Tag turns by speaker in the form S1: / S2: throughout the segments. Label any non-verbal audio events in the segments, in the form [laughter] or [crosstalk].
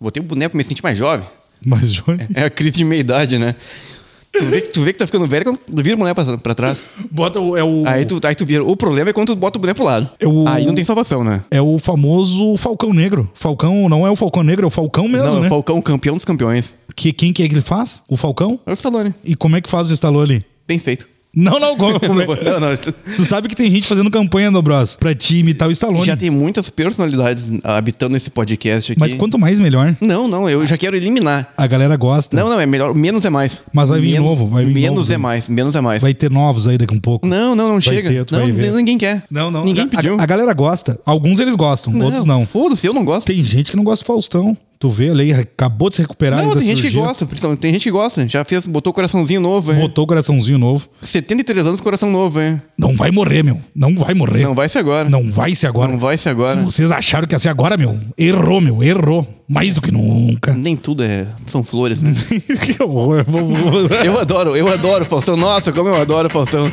S1: Botei o boneco pra me sentir mais jovem.
S2: Mas, Johnny,
S1: É a crise de meia-idade, né? Tu vê, que, tu vê que tá ficando velho quando tu vira o boneco pra, pra trás.
S2: bota o. É o,
S1: Aí tu, aí tu vira. O problema é quando tu bota o boneco pro lado.
S2: Eu-
S1: Aí não tem salvação, né?
S2: é o famoso Falcão Negro. Falcão não é o Falcão Negro, é o Falcão mesmo,
S1: não,
S2: né?
S1: o Falcão, campeão dos campeões.
S2: Que, quem que é que ele faz? O Falcão?
S1: É o Stallone.
S2: E como é que faz o Stallone ali?
S1: Bem feito.
S2: Não, não, como, como é?
S1: [laughs] Não, não, isso-
S2: Tu sabe que tem gente fazendo campanha no Bros pra te imitar o Stallone.
S1: Já tem muitas personalidades habitando esse podcast aqui.
S2: Mas quanto mais, melhor.
S1: Não, não, eu já quero eliminar.
S2: A galera gosta.
S1: Não, não, é melhor. Menos é mais.
S2: Mas vai vir
S1: menos,
S2: novo, vai vir
S1: Menos
S2: novo,
S1: é
S2: né?
S1: mais, menos é mais.
S2: Vai ter novos aí daqui a um pouco.
S1: Não, não, não chega.
S2: ter, tu
S1: não,
S2: vai ver.
S1: ninguém quer. Ninguém
S2: a,
S1: pediu.
S2: A, galera gosta. Alguns eles gostam, outros não.
S1: Foda-se, eu não gosto.
S2: Tem gente que não gosta do Faustão. Tu vê, ele aí acabou de se recuperar.
S1: não,
S2: aí da
S1: tem gente que
S2: cirurgia.
S1: gosta, principalmente. Tem gente que gosta. Já fez, botou coraçãozinho novo, hein?
S2: Botou o coraçãozinho novo.
S1: 73 anos, coração novo, hein?
S2: Não vai morrer, meu. Não vai morrer.
S1: Não vai ser agora.
S2: Não vai ser agora.
S1: Não vai ser agora.
S2: Se vocês acharam que ia ser agora, meu, errou, meu, errou. Mais do que nunca. [laughs]
S1: Nem tudo é. São flores. né?
S2: que horror.
S1: [laughs]
S2: [laughs]
S1: eu adoro, eu adoro o Faustão. Nossa, como eu adoro o Faustão.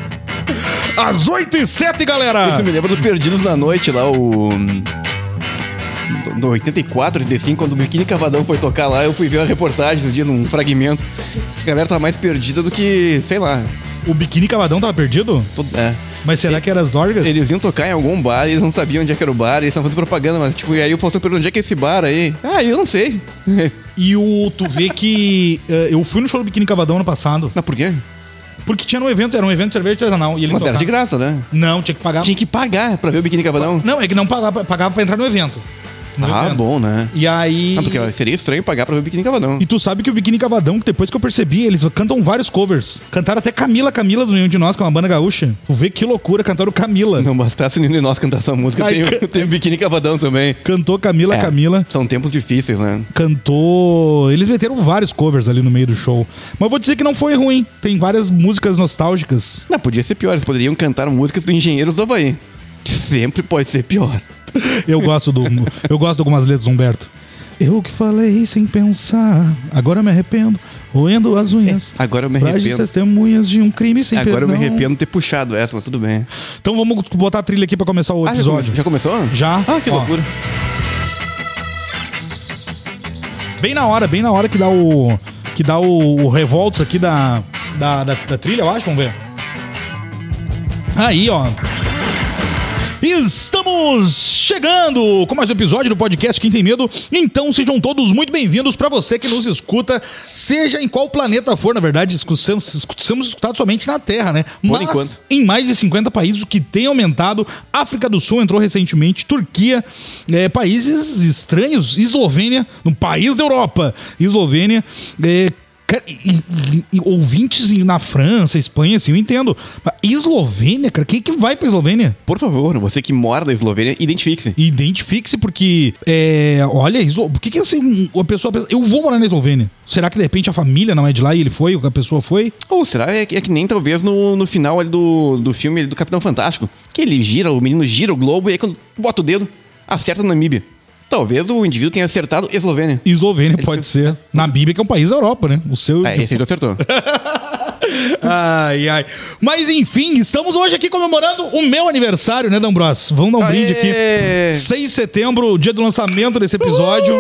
S2: Às 8 e 7, galera!
S1: Isso me lembra do Perdidos na Noite lá, o. do- No 84, 85, quando o Biquíni Cavadão foi tocar lá, eu fui ver a reportagem do dia num fragmento. A galera tá mais perdida do que, sei lá.
S2: O biquíni cavadão tava perdido?
S1: todo- é.
S2: Mas será que era as dorgas?
S1: Eles iam tocar em algum bar, e eles não sabiam onde é que era o bar, e eles estavam fazendo propaganda, mas tipo, e aí o Faustão perguntou onde é que é esse bar aí? Ah, eu não sei. [laughs]
S2: E o tu vê que. [laughs] eh, eu fui no show do biquíni cavadão ano passado.
S1: Mas por quê?
S2: Porque tinha um evento, era um evento de cerveja artesanal. E ele
S1: Mas era de graça, né?
S2: Não, tinha que pagar.
S1: Tinha que pagar pra ver o Biquíni Cavadão.
S2: Não, é que não pagava, pagava pra entrar no evento. No
S1: Ah,
S2: evento.
S1: bom, né?
S2: E aí.
S1: Não, porque seria estranho pagar pra ver o Biquíni Cavadão.
S2: E tu sabe que o Biquíni Cavadão, que depois que eu percebi, eles cantam vários covers. Cantaram até Camila Camila do Nenhum de Nós, que é uma banda gaúcha. Tu vê que loucura, cantaram Camila.
S1: Não bastasse nenhum de nós cantar essa música,
S2: Ai,
S1: tem,
S2: ca-
S1: o- tem o Biquíni Cavadão também.
S2: Cantou Camila
S1: É,
S2: Camila.
S1: São tempos difíceis, né?
S2: Cantou. Eles meteram vários covers ali no meio do show. Mas vou dizer que não foi ruim. Tem várias músicas nostálgicas.
S1: Não, podia ser pior. Eles poderiam cantar músicas do Engenheiros do Havaí. Que Sempre pode ser pior.
S2: Eu gosto do. [laughs] eu gosto de algumas letras, do Humberto. Eu que falei sem pensar, agora me arrependo, roendo as unhas.
S1: É, Agora eu me
S2: Frágeis
S1: arrependo.
S2: testemunhas de um crime sem
S1: Agora eu
S2: perdão.
S1: me arrependo de ter puxado essa, mas tudo bem.
S2: Então vamos botar a trilha aqui pra começar o
S1: Ah, já, come-
S2: episódio.
S1: já começou?
S2: Já.
S1: Ah, que
S2: Ó.
S1: loucura.
S2: Bem na hora, bem na hora que dá o. Que dá o, o revoltos aqui da, da, da, da trilha, eu acho. Vamos ver. Aí, ó. Estamos chegando com mais um episódio do podcast Quem Tem Medo. Então sejam todos muito bem-vindos para você que nos escuta, seja em qual planeta for. Na verdade, escu- somos escu- somos escutados somente na Terra, né? Mas
S1: enquanto.
S2: em mais de 50 países, o que tem aumentado. África do Sul entrou recentemente, Turquia, é, países estranhos, Eslovênia, no país da Europa, Eslovênia. é, ca- e- e- e ouvintes em- na França, Espanha, assim, eu entendo. Mas Eslovênia, cara, quem é que vai pra Eslovênia?
S1: Por favor, você que mora na Eslovênia, identifique-se.
S2: E Identifique-se, porque. É, olha, Eslo... por que, que assim, uma pessoa pensa. Eu vou morar na Eslovênia. Será que de repente a família não é de lá e ele foi, ou a pessoa foi?
S1: Ou será é que, é que nem talvez no, no final ali do, do filme ali do Capitão Fantástico, que ele gira, o menino gira o globo e aí quando bota o dedo, acerta a Namíbia. Talvez o indivíduo tenha acertado Eslovênia.
S2: Eslovênia pode ser. Na Bíblia, que é um país da Europa, né? O seu.
S1: É, esse aí tu
S2: [laughs]
S1: acertou.
S2: Tá Ai, ai. Mas enfim, estamos hoje aqui comemorando o meu aniversário, né, Dambros? Vamos dar um brinde aqui.
S1: Aê!
S2: 6 de setembro, dia do lançamento desse episódio.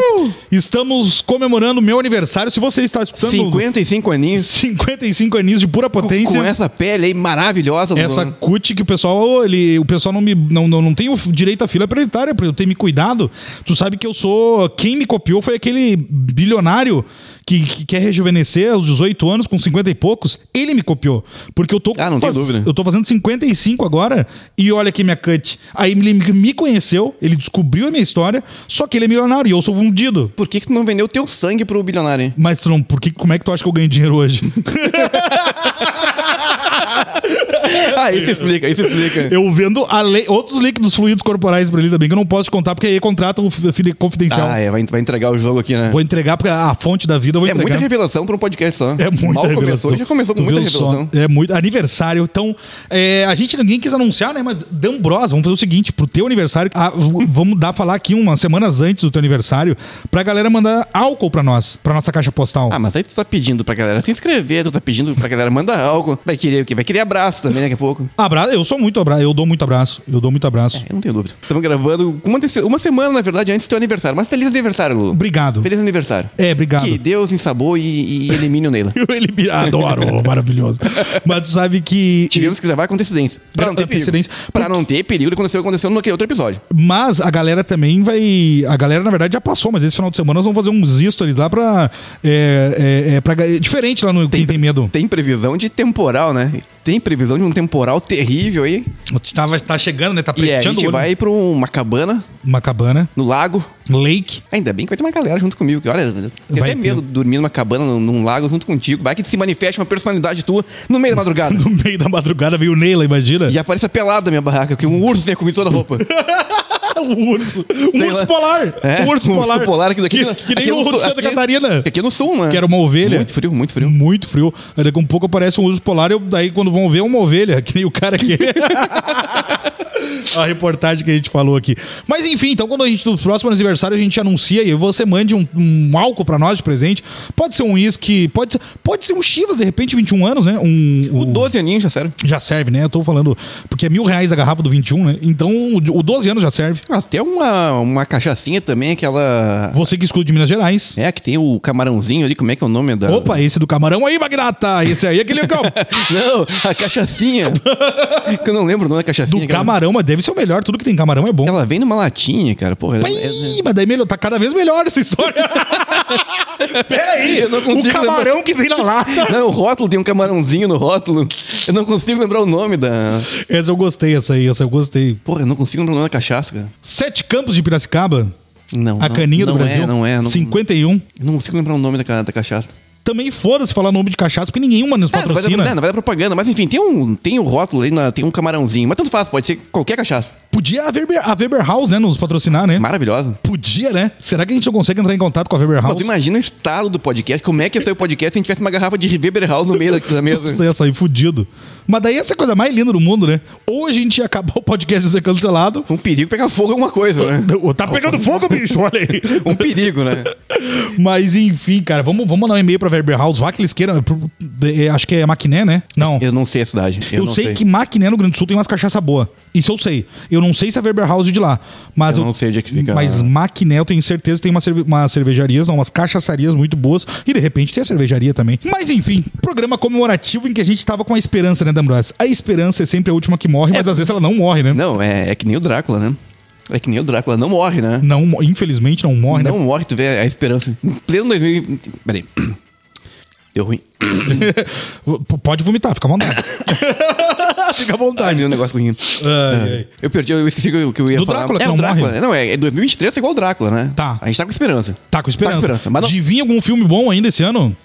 S2: Estamos comemorando o meu aniversário. Se você está escutando
S1: 55 aninhos.
S2: 55 aninhos de pura potência.
S1: Com essa pele aí maravilhosa.
S2: Essa
S1: Luan.
S2: cut que o pessoal, ele, o pessoal não me não, não, não tem o direito à fila prioritária pra eu ter me cuidado. Tu sabe que eu sou, quem me copiou foi aquele bilionário que, que quer rejuvenescer aos 18 anos com 50 e poucos. Ele me copiou, porque eu tô
S1: Ah, não tem
S2: faz-
S1: dúvida.
S2: Eu tô fazendo 55 agora e olha aqui minha cut. Aí ele me conheceu, ele descobriu a minha história, só que ele é milionário e eu sou fundido.
S1: Por que, que tu não vendeu teu sangue pro bilionário?
S2: [laughs]
S1: hein?
S2: Mas tu não, por que, como é que tu acha que eu ganho dinheiro hoje? [laughs]
S1: Ah, isso explica, isso explica.
S2: Eu vendo a lei- outros líquidos fluidos corporais pra ele também, que eu não posso te contar, porque aí é contrato fide- confidencial.
S1: [laughs] Ah, é, vai, vai entregar o jogo aqui, né?
S2: Vou entregar porque a fonte da vida eu vou
S1: É
S2: entregar.
S1: muita revelação pra um podcast só.
S2: É muita
S1: Mal
S2: revelação.
S1: começou, já começou com
S2: Tu
S1: muita
S2: viu só?
S1: revelação.
S2: É muito aniversário. Então, é, a gente ninguém quis anunciar, né? Mas Dambros, vamos fazer o seguinte, pro teu aniversário, ah, v- vamos dar falar aqui umas semanas antes do teu aniversário pra galera mandar álcool pra nós, pra nossa caixa postal.
S1: Ah, mas aí tu tá pedindo pra galera se inscrever, tu tá pedindo pra galera mandar álcool. Vai querer o quê? Vai querer abraço também daqui a pouco.
S2: Abra... Eu sou muito abraço, eu dou muito abraço, eu dou muito abraço.
S1: Eu não tenho dúvida. Estamos gravando com uma, antece- uma semana, na verdade, antes do teu aniversário. Mas feliz aniversário, Lu.
S2: Obrigado.
S1: Feliz aniversário.
S2: É, obrigado.
S1: Que Deus ensabou e, e elimine o [laughs] Neila.
S2: [laughs] Ele me adoro, maravilhoso. Mas tu sabe que.
S1: Tivemos que gravar com antecedência. Pra não ter
S2: Antecedência.
S1: perigo. Pra não ter perigo, aconteceu aconteceu no outro episódio.
S2: Mas a galera também vai. A galera, na verdade, já passou, mas esse final de semana nós vamos fazer uns stories lá pra. É, é, é, pra ga- é diferente lá no Quem Tem Medo.
S1: Tem previsão de temporal, né? Tem previsão de um temporal terrível aí.
S2: Tava, tá chegando, né? Tá
S1: E aí a
S2: preteando
S1: gente
S2: o olho.
S1: vai pra uma cabana
S2: Uma cabana,
S1: no lago.
S2: lake. [laughs]
S1: Ainda bem que vai ter uma galera junto comigo, que olha, eu tenho
S2: Vai
S1: até
S2: ter.
S1: medo de dormir numa cabana, num, num lago junto contigo. Vai que se manifeste uma personalidade tua no meio da
S2: [laughs]
S1: madrugada.
S2: No meio da madrugada veio o Neila, imagina.
S1: e apareça pelado na minha barraca, que um urso tenha comido toda a roupa.
S2: [laughs] o urso. Um
S1: Sei
S2: urso
S1: lá.
S2: polar.
S1: É,
S2: um urso
S1: um urso
S2: polar.
S1: polar aqui daqui-
S2: Que, que nem
S1: aqui
S2: o
S1: no
S2: de
S1: sul-
S2: Santa
S1: aqui-
S2: Catarina.
S1: Aqui no sul, né?
S2: Que era uma ovelha.
S1: Muito frio, muito frio.
S2: Muito frio. Aí daqui a um pouco aparece um urso polar e eu- daí quando vão ver é uma ovelha, [laughs] que nem o cara que a reportagem que a gente falou aqui. Mas enfim, então quando a gente do próximo aniversário a gente anuncia e você mande um, um álcool pra nós de presente. Pode ser um uísque, pode ser, pode ser um Chivas de repente 21 anos, né? Um,
S1: O
S2: um-
S1: 12 aninhos, já sério.
S2: já serve, né? Eu tô falando porque é mil reais a garrafa do 21, né? Então o, o 12 anos já serve.
S1: Até Ah, uma, uma cachaçinha também, aquela.
S2: Você que escuta de Minas Gerais.
S1: É, que tem o camarãozinho ali, como é que é o nome da.
S2: Opa, esse do camarão aí, Magnata. Esse aí é aquele que é o-
S1: [laughs] Não, [laughs] a
S2: [laughs]
S1: cachaçinha. que eu não lembro o nome da cachaçinha.
S2: do
S1: cara.
S2: camarão, mas deve ser o melhor. Tudo que tem camarão é bom.
S1: Ela vem numa latinha, cara. Porra, ela- é-
S2: Ih, mas daí melhor, tá cada vez melhor
S1: [laughs]
S2: essa história. Peraí,
S1: Eu não consigo
S2: o camarão que vem na lata.
S1: [laughs] Não, o rótulo tem um camarãozinho no rótulo. Eu não consigo lembrar o nome da.
S2: Essa eu gostei, essa aí, essa eu gostei.
S1: Porra, eu não consigo lembrar o nome da cachaça, cara.
S2: Sete Campos de Piracicaba,
S1: Não.
S2: a
S1: não,
S2: caninha
S1: não
S2: do Brasil.
S1: É, não é, não
S2: 51.
S1: Eu não consigo lembrar o nome da, ca- da cachaça.
S2: Também foda-se falar nome de cachaça, porque nenhuma nos
S1: Ah, não vai dar-
S2: patrocina.
S1: não, não vai dar propaganda, mas enfim, tem um, tem um rótulo aí, na- tem um camarãozinho. Mas tanto faz, pode ser qualquer cachaça.
S2: Podia a Weber, a Weber House, né, nos patrocinar, né? [laughs]
S1: Maravilhosa.
S2: Podia, né? Será que a gente não consegue entrar em contato com a Weber
S1: Pô, tu
S2: House?
S1: imagina o estalo do podcast, como é que ia sair o podcast se a gente tivesse uma garrafa de Weber House no meio da- da mesa.
S2: Isso ia sair fudido. Mas daí essa é a coisa mais linda do mundo, né? Ou a gente ia acabar o podcast de ser cancelado.
S1: Um perigo pegar fogo é uma coisa, né?
S2: ou [laughs] Tá pegando fogo, bicho, olha aí.
S1: Um perigo, né?
S2: [laughs] Mas enfim, cara, vamos, vamos mandar um e-mail pra Weber House, vá que eles queiram. pro- é, Acho que é Maquiné, né? Não. Eu,
S1: Eu não sei a cidade. Eu, não
S2: sei, que Maquiné no Grande do Sul tem umas cachaça boa. Isso eu sei. Eu não sei se é Weber House de lá. Mas
S1: Eu não sei onde é que fica.
S2: Mas Maquiné, eu tenho certeza, tem umas cerve uma cervejarias, não, umas cachaçarias muito boas. E de repente tem a cervejaria também. Mas enfim, programa comemorativo em que a gente tava com a esperança, né, Dambrás? A esperança é sempre a última que morre, mas às vezes ela não morre, né?
S1: Não, é, é que nem o Drácula, né? É que nem o Drácula. Não morre, né?
S2: Não, mo- infelizmente não morre, né?
S1: Não morre, tu vê a esperança. Em pleno 2000. e- Peraí. Deu ruim.
S2: [laughs] P- Pode vomitar, fica à vontade. fica à
S1: Ai,
S2: vontade.
S1: deu um negócio ruim.
S2: Ai, ai.
S1: Eu perdi, eu esqueci o que eu- que eu ia
S2: Do
S1: falar.
S2: Drácula que
S1: é, o
S2: não
S1: Drácula.
S2: morre.
S1: Não, é, é 2023 é igual o Drácula, né?
S2: Tá.
S1: A gente tá com esperança.
S2: Tá com esperança.
S1: Tá com esperança, mas não-
S2: Adivinha algum filme bom ainda esse [laughs] ano?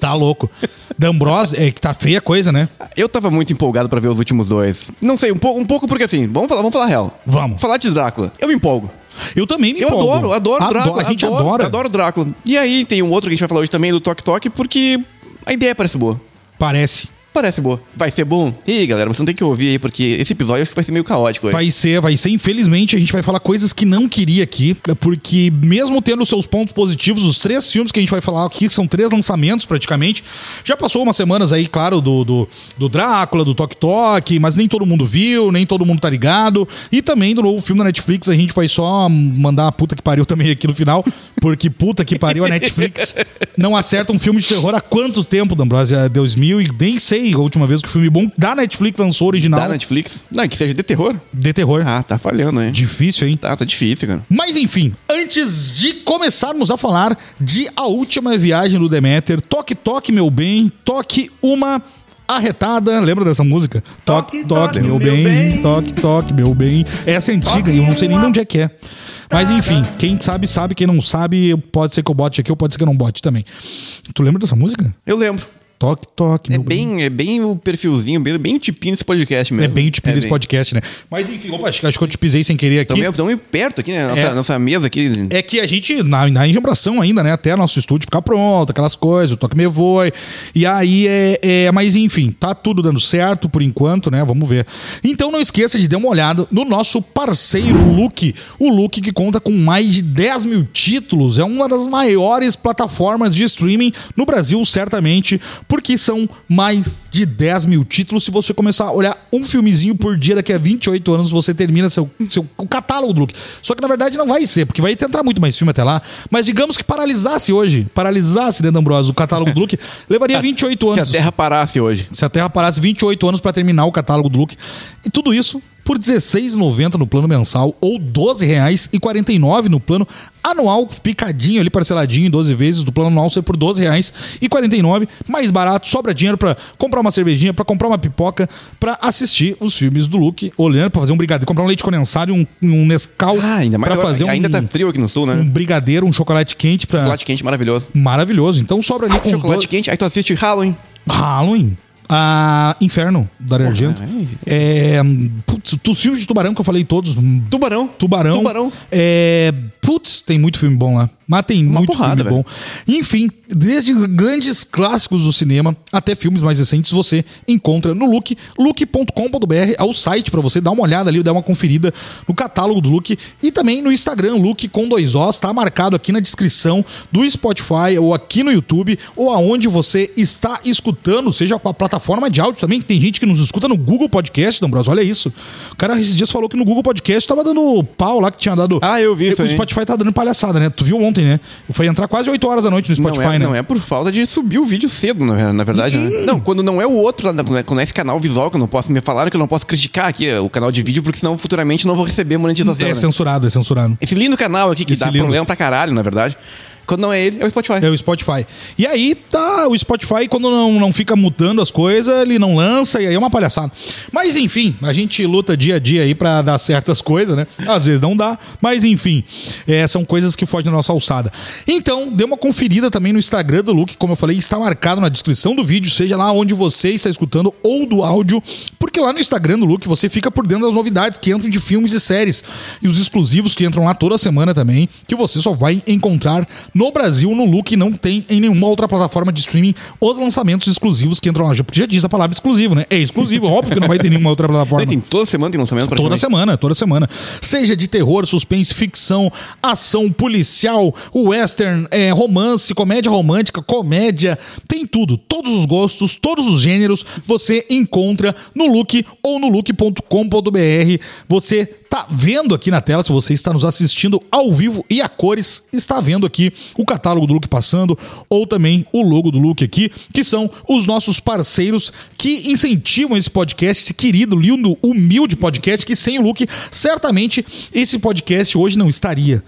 S2: tá louco. D'Ambrose, é que tá feia a coisa, né?
S1: Eu tava muito empolgado pra ver os últimos dois. Não sei, um, pouco, um pouco porque assim, vamos falar, vamos falar real.
S2: Vamos.
S1: Falar de Drácula. Eu me empolgo.
S2: Eu também me
S1: Eu
S2: empolgo.
S1: adoro, adoro
S2: Ado-
S1: Drácula.
S2: A gente
S1: adoro,
S2: adora.
S1: Adoro Drácula. E aí tem um outro que a gente vai falar hoje também do Tok Tok, porque a ideia parece boa.
S2: Parece.
S1: Parece boa. Vai ser bom? Ih, galera, você não tem que ouvir aí, porque esse episódio acho que vai ser meio caótico. Hoje.
S2: Vai ser, vai ser. Infelizmente, a gente vai falar coisas que não queria aqui, porque mesmo tendo seus pontos positivos, os três filmes que a gente vai falar aqui, que são três lançamentos praticamente, já passou umas semanas aí, claro, do, do, do Drácula, do Tok Tok, mas nem todo mundo viu, nem todo mundo tá ligado. E também do novo filme da Netflix, a gente vai só mandar a puta que pariu também aqui no final, porque puta que pariu a Netflix não acerta um filme de terror há quanto tempo, D'Ambrosio? É 2000 e nem sei a última vez que o filme bom da Netflix lançou original
S1: Da Tá Netflix? Não, que seja de terror.
S2: de terror.
S1: Ah, tá falhando, hein?
S2: Difícil, hein?
S1: Tá, tá difícil, cara.
S2: Mas enfim, antes de começarmos a falar de A Última Viagem do Demeter, toque, toque, meu bem, toque uma arretada. Lembra dessa música? Toque, toque, meu bem, toque, toque, meu bem. Essa é antiga e eu não sei nem de onde é que é. Mas enfim, quem sabe, sabe. Quem não sabe, pode ser que eu bote aqui ou pode ser que eu não bote também. Tu lembra dessa música?
S1: Eu lembro.
S2: Toque, toque,
S1: É
S2: meu bem.
S1: bem, é bem o perfilzinho, bem, bem o tipinho desse podcast
S2: É
S1: mesmo.
S2: bem o tipo desse
S1: bem.
S2: podcast, né? Mas enfim, opa, acho, acho que eu te pisei sem querer aqui.
S1: Então, meio, então meio perto aqui, né? Nossa,
S2: É.
S1: nossa mesa aqui.
S2: É que a gente, na, na engembração ainda, né? Até nosso estúdio ficar pronto, aquelas coisas, o toque me voe. E aí é, é. Mas enfim, tá tudo dando certo por enquanto, né? Vamos ver. Então não esqueça de dar uma olhada no nosso parceiro Look. O Look que conta com mais de 10 mil títulos. É uma das maiores plataformas de streaming no Brasil, certamente. porque são mais de 10 mil títulos. Se você começar a olhar um filmezinho por dia, daqui a 28 anos você termina seu, seu o catálogo do Luke. Só que na verdade não vai ser, porque vai entrar muito mais filme até lá. Mas digamos que paralisasse hoje, paralisasse, Leandro Ambrosio, o catálogo do Luke, [laughs] levaria
S1: Se
S2: 28
S1: a
S2: anos.
S1: Terra parasse hoje.
S2: Se a Terra parasse 28 anos para terminar o catálogo do Luke. E tudo isso por R$16,90 no plano mensal ou R$12,49 no plano anual, picadinho ali, parceladinho em 12 vezes. Do plano anual sai por R$12,49. Mais barato, sobra dinheiro para comprar uma cervejinha, para comprar uma pipoca, para assistir os filmes do Luke, olhando para fazer um brigadeiro, comprar um leite condensado e um, e um Nescau
S1: Ah, ainda mais
S2: para
S1: agora,
S2: fazer um,
S1: Ainda tá frio aqui no sul, né?
S2: um brigadeiro, um chocolate quente. Pra...
S1: Chocolate quente maravilhoso.
S2: Maravilhoso. Então sobra ali com os
S1: Chocolate
S2: dois-
S1: quente, aí tu assiste Halloween.
S2: Halloween. Ah, Inferno, da Dario Argento. É, putz, os filmes de Tubarão que eu falei todos. hum,
S1: Tubarão.
S2: Tubarão.
S1: Tubarão.
S2: É, putz, tem muito filme bom lá. Mas tem muito
S1: porrada,
S2: filme bom. Enfim, desde grandes clássicos do cinema até filmes mais recentes, você encontra no Look, look.com.br, é o site pra você dar uma olhada ali, dar uma conferida no catálogo do Look e também no Instagram, Look com dois Os, tá marcado aqui na descrição do Spotify ou aqui no YouTube ou aonde você está escutando, seja com a plataforma de áudio também, que tem gente que nos escuta no Google Podcast, Dambros, olha isso. O cara esses dias falou que no Google Podcast tava dando pau lá que tinha dado
S1: Ah, eu vi isso
S2: o
S1: aí.
S2: Spotify tá dando palhaçada, né? Tu viu ontem, né? Foi entrar quase 8 horas da noite no Spotify,
S1: não, é,
S2: né?
S1: não é por falta de subir o vídeo cedo, na, na verdade, né? Não, quando não é o outro, lá, quando é- quando é esse canal visual, que eu não posso. Me falaram que eu não posso criticar aqui eh, o canal de vídeo, porque senão futuramente não vou receber monetização.
S2: É
S1: né?
S2: censurado, é censurado.
S1: Esse lindo canal aqui que
S2: Esse
S1: dá
S2: lindo.
S1: problema pra caralho, na verdade. Quando não é ele, é o Spotify.
S2: É o Spotify. E aí tá, o Spotify, quando não, não fica mudando as coisas, ele não lança, e aí é uma palhaçada. Mas enfim, a gente luta dia a dia aí pra dar certas coisas, né? Às vezes não dá, mas enfim, é, são coisas que fogem da nossa alçada. Então, dê uma conferida também no Instagram do Luke, como eu falei, está marcado na descrição do vídeo, seja lá onde você está escutando ou do áudio, porque lá no Instagram do Luke você fica por dentro das novidades que entram de filmes e séries e os exclusivos que entram lá toda semana também, que você só vai encontrar no Brasil, no Look, não tem em nenhuma outra plataforma de streaming os lançamentos exclusivos que entram lá. Porque já diz a palavra exclusivo, né? É exclusivo, óbvio que não vai ter nenhuma outra
S1: Aí [laughs]
S2: plataforma.
S1: Tem toda semana tem lançamento pra
S2: Toda semana, toda semana. Seja de terror, suspense, ficção, ação policial, western, é, romance, comédia romântica, comédia, tem tudo. Todos os gostos, todos os gêneros, você encontra no Look ou no look.com.br. Você tá vendo aqui na tela, se você está nos assistindo ao vivo e a cores, está vendo aqui o catálogo do Look passando ou também o logo do Look aqui, que são os nossos parceiros que incentivam esse podcast, esse querido, lindo, humilde podcast, que sem o Look, certamente esse podcast hoje não estaria.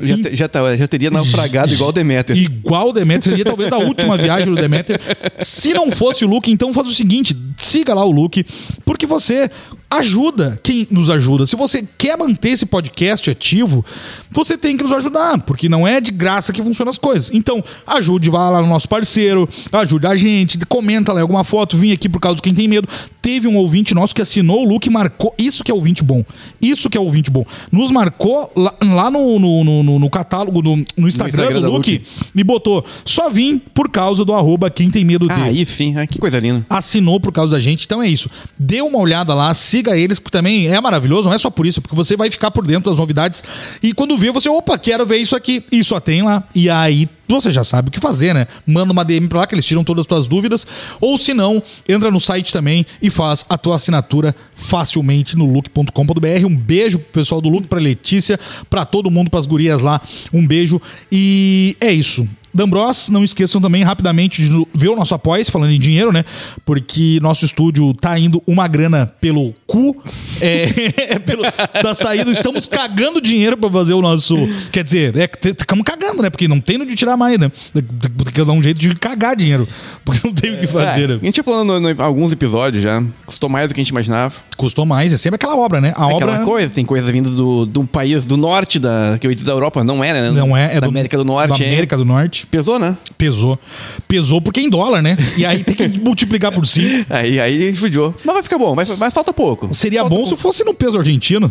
S1: Já, te- já, tá- já teria naufragado igual o Demeter.
S2: Igual o Demeter, seria talvez a última viagem do Demeter. Se não fosse o Luke, então faz o seguinte: siga lá o Luke, porque você ajuda quem nos ajuda. Se você quer manter esse podcast ativo, você tem que nos ajudar, porque não é de graça que funcionam as coisas. Então, ajude, vá lá no nosso parceiro, ajude a gente, comenta lá alguma foto, vim aqui por causa de quem tem medo. Teve um ouvinte nosso que assinou o Luke e marcou. Isso que é ouvinte bom. Isso que é ouvinte bom. Nos marcou lá, lá no, no, no- no- no catálogo, no, no Instagram,
S1: Instagram
S2: do
S1: da
S2: Luke,
S1: Luke.
S2: me botou. Só vim por causa do arroba quem tem medo dele.
S1: Aí sim, [laughs] ah, que coisa linda.
S2: Assinou por causa da gente, então é isso. Dê uma olhada lá, siga eles, que também é maravilhoso, não é só por isso, é porque você vai ficar por dentro das novidades. E quando vê, você, opa, quero ver isso aqui. E só tem lá. E aí você já sabe o que fazer, né? Manda uma DM pra lá que eles tiram todas as tuas dúvidas. Ou se não, entra no site também e faz a tua assinatura facilmente no look.com.br. Um beijo pro pessoal do Look, pra Letícia, pra todo mundo, pras gurias lá. Um beijo. E é isso. Dambros, não esqueçam também rapidamente de no- ver o nosso apoia falando em dinheiro, né? Porque nosso estúdio tá indo uma grana pelo cu. É, [laughs] pelo- tá saindo, estamos cagando dinheiro pra fazer o nosso. Quer dizer, é, t- estamos cagando, né? Porque não tem onde tirar mais, né? Tem que dar um jeito de cagar dinheiro. Porque não tem o que fazer,
S1: É,
S2: né?
S1: a gente já falou no- no- em alguns episódios já. Custou mais do que a gente imaginava.
S2: Custou mais, é sempre aquela obra, né? A
S1: Aquela
S2: obra.
S1: coisa, tem coisa vindo do, de um país do norte, da, que eu ia dizer da Europa, não é, né?
S2: Não é, é
S1: da América do
S2: Da
S1: Norte. é.
S2: América do Norte.
S1: Pesou, né?
S2: Pesou. Pesou porque é em dólar, né? E aí tem que multiplicar por cinco.
S1: Aí, aí judiou. Mas vai ficar bom, mas, mas falta pouco.
S2: Seria
S1: Falta
S2: bom se fosse no peso argentino.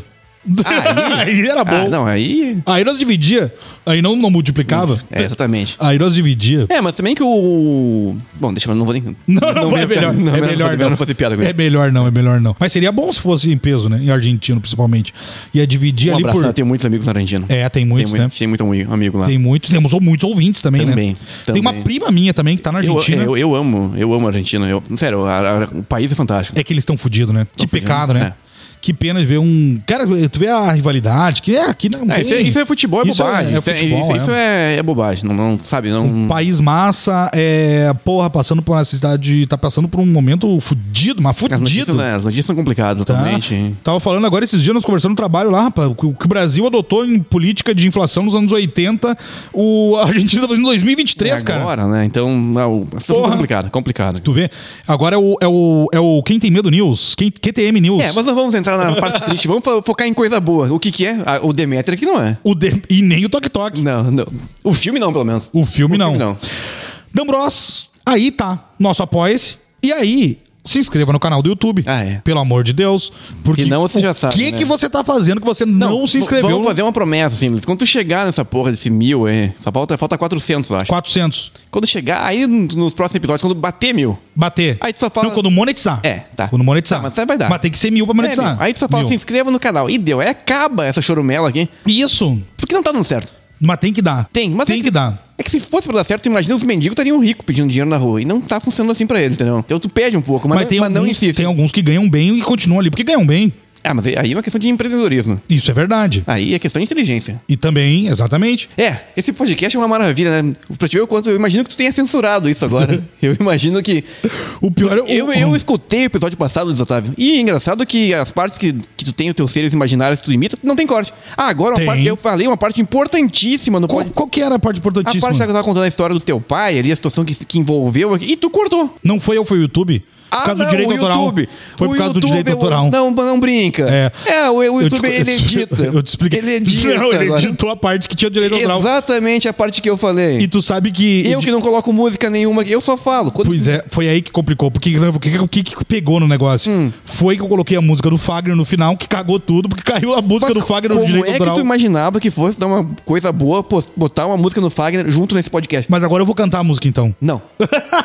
S1: Aí-
S2: [laughs] aí era bom.
S1: Ah, não, aí.
S2: Aí nós dividia. Aí não, não multiplicava.
S1: É, exatamente.
S2: Aí nós dividia.
S1: É, mas também que o. Bom, deixa eu não vou nem.
S2: [laughs] Não, não, é
S1: vem-
S2: melhor.
S1: Não,
S2: é melhor
S1: não.
S2: não.
S1: fazer piada com
S2: É
S1: ele.
S2: melhor não, é melhor não. Mas seria bom se fosse em peso, né? Em argentino, principalmente. Ia dividir
S1: Um
S2: ali
S1: abraço,
S2: por.
S1: não, eu tenho muitos amigos na Argentina.
S2: É, tem
S1: tem
S2: muitos,
S1: muito,
S2: né?
S1: tem muito ami- amigo lá.
S2: Tem muito. Temos muitos ouvintes também,
S1: Também,
S2: né? Tem uma
S1: também.
S2: prima minha também que tá na
S1: Eu, é,
S2: Argentina.
S1: eu, eu amo, eu amo a Argentina. Eu, sério, a- a- o país é fantástico.
S2: É que eles estão fodidos, né? que
S1: fudidos, É.
S2: pecado, né? Que pena de ver um. Cara, tu vê a rivalidade, que é aqui não.
S1: É, isso, é,
S2: tem-
S1: isso é futebol, é
S2: isso
S1: bobagem.
S2: É,
S1: Isso é-
S2: futebol,
S1: isso,
S2: é. Um
S1: isso é, é bobagem. Não, não sabe, não.
S2: País massa, é. Porra, passando por uma cidade. Tá passando por um momento fudido, mas
S1: As notícias,
S2: fudido.
S1: né, as notícias são complicadas
S2: Tá?
S1: atualmente.
S2: Tava falando agora esses dias, nós conversando no trabalho lá, rapaz, o que o que o Brasil adotou em política de inflação nos anos 80, o a Argentina tá fazendo em 2023, cara.
S1: Agora, né? Então, não, a situação é
S2: Porra.
S1: complicada, complicada.
S2: Tu vê? Agora é o, é o, é o Quem Tem Medo News, quem, QTM News.
S1: É, mas não vamos entrar na parte triste, vamos fo- focar em coisa boa. O que que é? Ah, O Demeter que não é.
S2: o de- E nem o Tok Tok.
S1: Não, não. O filme não, pelo menos.
S2: O filme não.
S1: não.
S2: Dambros, aí tá, nosso apoia-se. E aí, se inscreva no canal do YouTube.
S1: Ah, é.
S2: Pelo amor de Deus. Porque
S1: Se não, você
S2: o
S1: já sabe,
S2: que
S1: né?
S2: que você tá fazendo que você não, se inscreveu
S1: Vamos
S2: no
S1: fazer uma promessa, assim, Luiz. Quando tu chegar nessa porra desse mil, hein? Só falta, falta 400, eu acho.
S2: 400?
S1: Quando chegar, aí no- nos próximos episódios, quando bater mil.
S2: Bater.
S1: Aí tu só fala-
S2: Não, quando monetizar.
S1: É, tá.
S2: Quando monetizar.
S1: Tá, mas vai- vai dar.
S2: Mas tem que ser mil pra
S1: É,
S2: monetizar.
S1: meu. aí tu só fala,
S2: Mil.
S1: se inscreva no canal. E deu. Aí acaba essa chorumela aqui.
S2: Isso.
S1: Porque não tá dando certo.
S2: Mas tem que dar.
S1: Tem, mas
S2: Tem
S1: é
S2: que dar.
S1: É que se fosse pra dar certo, tu imagina os mendigos estariam ricos pedindo dinheiro na rua. E não tá funcionando assim pra eles, entendeu? Então tu pede um pouco, mas,
S2: Mas,
S1: não-
S2: tem,
S1: mas não
S2: alguns,
S1: insiste.
S2: tem alguns que ganham bem e continuam ali porque ganham bem.
S1: Ah, mas aí é uma questão de empreendedorismo.
S2: Isso é verdade.
S1: Aí é questão de inteligência.
S2: E também, exatamente.
S1: É, esse podcast é uma maravilha, né? Pra te ver o quanto. Eu imagino que tu tenha censurado isso
S2: [laughs]
S1: agora. eu imagino que.
S2: O pior é o...
S1: Eu, eu escutei o episódio passado, Luiz Otávio. E é engraçado que as partes que, que tu tem os teus seres imaginários que tu imita, não tem corte. Ah, agora uma
S2: Tem.
S1: parte- eu falei uma parte importantíssima no
S2: Qual,
S1: podcast.
S2: qual que era a parte
S1: A
S2: importantíssima?
S1: parte que tu tava contando a história do teu pai, ali, a situação que, que envolveu. E tu cortou.
S2: Não foi eu, foi o YouTube. Por causa
S1: Ah, não,
S2: do direito
S1: o
S2: autoral.
S1: YouTube.
S2: Foi por
S1: O
S2: causa do
S1: YouTube, é
S2: direito
S1: o-
S2: autoral.
S1: Não, não brinca.
S2: É.
S1: o, o
S2: Eu te-
S1: YouTube, ele
S2: eu te-
S1: edita.
S2: Eu te expliquei.
S1: Ele edita.
S2: [laughs] Não, ele
S1: agora.
S2: editou a parte que tinha direito autoral.
S1: Exatamente a parte que eu falei.
S2: E tu sabe que.
S1: Eu que não coloco música nenhuma, eu só falo. Quando-
S2: Pois é, foi aí que complicou. Porque o que, o que, que pegou no negócio?
S1: Hum.
S2: Foi que eu coloquei a música do Fagner no final, que cagou tudo, porque [laughs] caiu a música
S1: Mas
S2: do Fagner
S1: como
S2: no direito
S1: é que
S2: autoral.
S1: tu imaginava que fosse dar uma coisa boa, pô, botar uma música no Fagner junto nesse podcast?
S2: Mas agora eu vou cantar a música então.
S1: Não.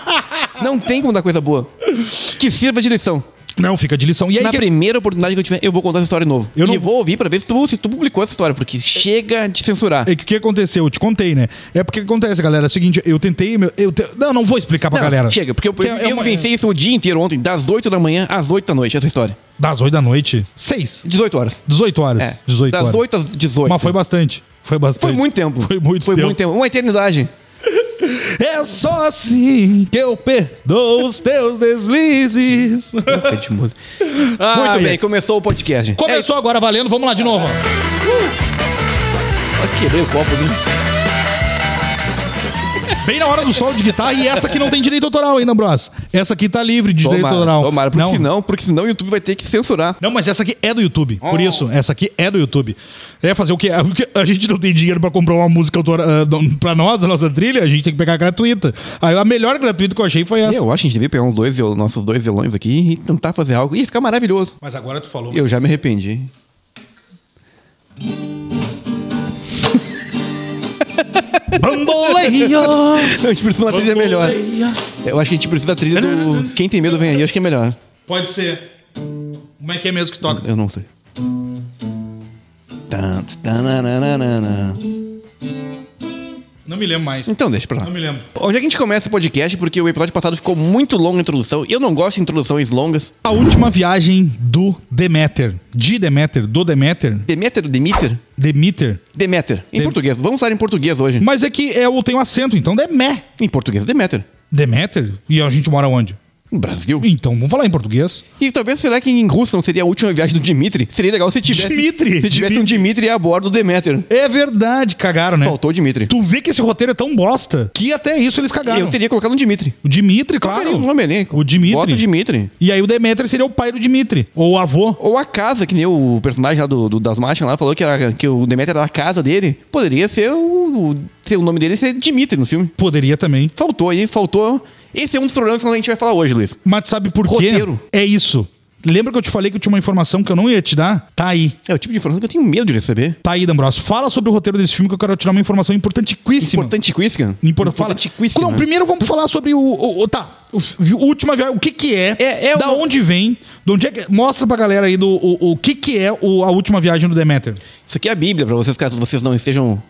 S2: [laughs]
S1: não tem como dar coisa boa. Que sirva de lição.
S2: Não, fica de lição. E aí
S1: Na
S2: que-
S1: primeira oportunidade que eu tiver, eu vou contar essa história de novo.
S2: Eu não-
S1: E vou ouvir pra ver se tu, se tu publicou essa história, porque chega de censurar.
S2: é que o que aconteceu? Eu te contei, né? É porque acontece, galera. É o seguinte, eu tentei. meu- Eu te- Não, não vou explicar pra
S1: Não,
S2: galera.
S1: Chega, porque eu,
S2: Que
S1: eu,
S2: é uma-
S1: pensei isso o dia inteiro ontem, das 8 da manhã às 8 da noite, essa história.
S2: Das 8 da noite. 6.
S1: 18 horas.
S2: 18 horas.
S1: É.
S2: 18
S1: das
S2: horas.
S1: 8 às 18.
S2: Mas foi bastante. Foi bastante.
S1: Foi muito tempo.
S2: Foi muito tempo.
S1: muito tempo. Uma
S2: [laughs]
S1: eternidade.
S2: É só assim que eu perdoo os teus deslizes.
S1: Muito
S2: Ai,
S1: bem,
S2: ai. é
S1: começou o podcast.
S2: [laughs] Começou agora valendo, vamos lá de novo.
S1: É, quebrei o copo. Né?
S2: Bem na hora do solo de guitarra e essa aqui não tem direito autoral, hein, Bros? Essa aqui tá livre de direito autoral.
S1: tomara, porque
S2: não.
S1: senão, porque senão o YouTube vai ter que censurar.
S2: Não, mas essa aqui é do YouTube.
S1: Oh.
S2: Por isso, essa aqui é do YouTube. É fazer o quê? O quê? A gente não tem dinheiro pra comprar uma música autora, ah, não- pra nós, da nossa trilha, a gente tem que pegar a gratuita. Aí a melhor gratuita que eu achei foi essa.
S1: Eu acho que a gente devia pegar uns dois, viol- nossos dois violões aqui e tentar fazer algo. Ia ficar maravilhoso.
S2: Mas agora tu falou.
S1: Eu já me arrependi.
S2: Bamboleia!
S1: [laughs] A gente precisa de uma trilha é melhor. Eu acho que a gente precisa da trilha do Quem Tem Medo Vem Aí. Acho que é melhor.
S2: Pode ser. Como é que é mesmo que toca?
S1: Eu não sei. Tanto, tananana.
S2: Não me lembro mais.
S1: Então deixa pra lá.
S2: Não me lembro.
S1: Onde é que a gente começa o podcast? Porque o episódio passado ficou muito longo a introdução. Eu não gosto de introduções longas.
S2: A última viagem do Demeter. De Demeter, do Demeter.
S1: Demeter, Demeter?
S2: Demeter.
S1: Demeter. Em
S2: Dem-
S1: português. Vamos falar em português hoje.
S2: Mas é que eu tenho acento, então Demé.
S1: Em português, Demeter.
S2: Demeter? E a gente mora onde?
S1: No Brasil.
S2: Então, vamos falar em português.
S1: E talvez, será que em russo não seria a última viagem do Dimitri? Seria legal se tivesse...
S2: Dimitri!
S1: Se tivesse um Dimitri a bordo do Demeter.
S2: É verdade, cagaram, né?
S1: Faltou o Dimitri.
S2: Tu vê que esse roteiro é tão bosta que até isso eles cagaram.
S1: Eu teria colocado um Dimitri.
S2: O Dimitri,
S1: Seria
S2: claro.
S1: um nome elenco.
S2: O Dimitri.
S1: Bota o Dimitri.
S2: E aí o Demeter seria o pai do Dimitri. Ou o avô.
S1: Ou a casa, que nem o personagem lá do, do Dasmatian lá falou que, era, que o Demeter era a casa dele. Poderia ser o, o- ser o nome dele ser Dimitri no filme.
S2: Poderia também.
S1: Faltou aí, faltou. Esse é um dos problemas que a gente vai falar hoje, Luiz.
S2: Mas tu sabe por quê?
S1: Roteiro.
S2: É isso. Lembra que eu te falei que eu tinha uma informação que eu não ia te dar? Tá aí.
S1: É o tipo de informação que eu tenho medo de receber.
S2: Tá aí, D'Ambrosio. Fala sobre o roteiro desse filme que eu quero tirar uma informação importantíssima.
S1: Importante quiz, cara.
S2: Impor- fala.
S1: Importantíssima.
S2: Não, primeiro vamos falar sobre o. o- o- tá. O, f- última viagem. O que que é?
S1: É- é
S2: da
S1: uma-
S2: onde vem? De onde é que- mostra pra galera aí do, o, o que que é o- a última viagem do Demeter.
S1: Isso aqui é a Bíblia, pra vocês, caso vocês não estejam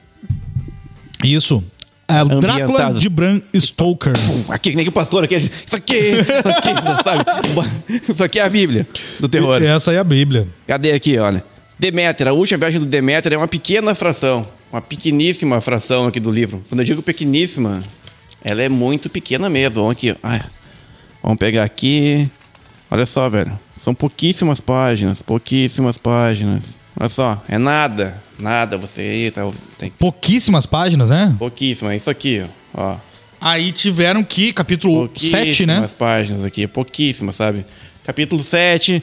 S2: Isso. É o Drácula
S1: Ambientado.
S2: de Bram Stoker.
S1: Pum, Aqui, que nem que o pastor, aqui, isso aqui, isso aqui, [laughs] sabe? Isso aqui é a Bíblia do terror.
S2: Essa aí é a Bíblia.
S1: Cadê aqui, olha? Deméter, a última viagem do Deméter é uma pequena fração, uma pequeníssima fração aqui do livro. Quando eu digo pequeníssima, ela é muito pequena mesmo. Vamos aqui, ai, vamos pegar aqui. Olha só, velho, são pouquíssimas páginas, pouquíssimas páginas. Olha só, é nada, nada, você aí tá, tem
S2: Pouquíssimas páginas, né?
S1: pouquíssima, é isso aqui, ó. ó.
S2: Aí tiveram que, capítulo 7, né?
S1: Pouquíssimas páginas aqui, pouquíssimas, sabe? Capítulo 7,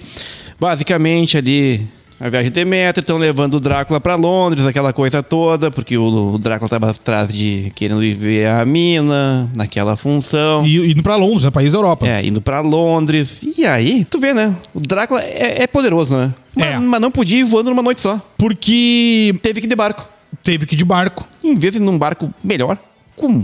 S1: basicamente ali a viagem de Demeter, estão levando o Drácula pra Londres, aquela coisa toda, porque o, o Drácula tava atrás de querendo ir ver a mina, naquela função.
S2: E indo pra Londres, né? País da Europa.
S1: É, indo pra Londres. E aí, tu vê, né? O Drácula é, é poderoso, né? Mas,
S2: É.
S1: mas não podia ir voando numa noite só.
S2: Porque
S1: Teve que ir de barco.
S2: teve que ir de barco.
S1: Em vez de ir num barco melhor, com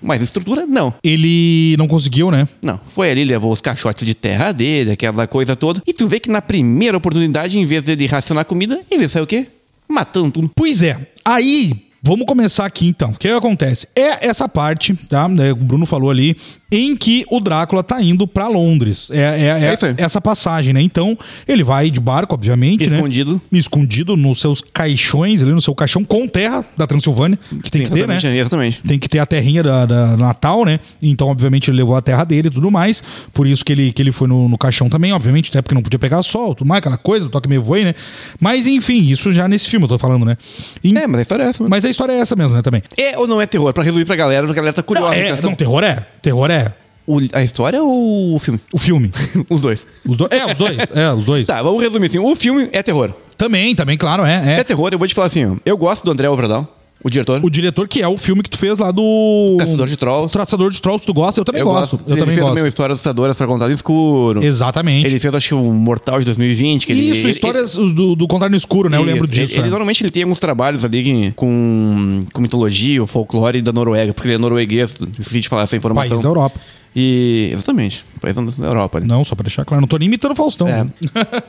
S1: mais estrutura, não.
S2: Ele não conseguiu, né?
S1: Não, foi ali, levou os caixotes de terra dele, aquela coisa toda. E tu vê que na primeira oportunidade, em vez dele racionar comida, ele saiu o quê? Matando tudo.
S2: Pois é. Aí, vamos começar aqui então. O que acontece? É essa parte, tá? Né, O Bruno falou ali, em que o Drácula tá indo pra Londres. É, é- é
S1: É isso aí.
S2: essa passagem, né? Então, ele vai de barco, obviamente, né?
S1: Escondido.
S2: Escondido nos seus caixões, ali no seu caixão com terra da Transilvânia, que tem que ter, né?
S1: exatamente, é Exatamente.
S2: tem que ter a terrinha da, da Natal, né? Então, obviamente, ele levou a terra dele e tudo mais. Por isso que ele, que ele foi no, no caixão também, obviamente, até porque não podia pegar sol, tudo mais, aquela coisa, toque meio voe, né? Mas, enfim, isso já nesse filme eu tô falando, né? Em-
S1: É, mas a história é essa. Mas...
S2: Mas a história é essa mesmo, né, também.
S1: É ou não é terror? Pra resumir pra galera, porque a galera tá curiosa.
S2: Não, é,
S1: porque ela tá-
S2: não, terror é. Terror é.
S1: O- a história ou o filme? [laughs]
S2: O filme.
S1: Os dois.
S2: Os do- É, os
S1: [laughs]
S2: dois. É, os dois.
S1: Tá, vamos resumir assim. O filme é terror.
S2: Também, também, claro, é,
S1: É
S2: é.
S1: terror, eu vou te falar assim. ó, Eu gosto do André Overdown, o diretor.
S2: O diretor que é o filme que tu fez lá do...
S1: Caçador de Trolls.
S2: Traçador de Trolls, tu gosta? Eu também gosto. Eu
S1: ele
S2: também
S1: fez
S2: gosto.
S1: também o História Assustadoras pra contar no escuro.
S2: Exatamente.
S1: Ele fez, acho que, o Mortal de 2020. Que ele-
S2: Isso,
S1: ele,
S2: histórias os do, do Contrário no Escuro, né? Eu lembro
S1: Isso. Ele-
S2: disso.
S1: Ele,
S2: né?
S1: normalmente ele tem alguns trabalhos ali que- com, com mitologia, ou folclore da Noruega, porque ele é norueguês, esqueci de falar essa informação.
S2: País da Europa.
S1: E, exatamente, país da Europa. ali.
S2: Não, só pra deixar claro. Não tô nem imitando o Faustão. [laughs]
S1: É.
S2: né?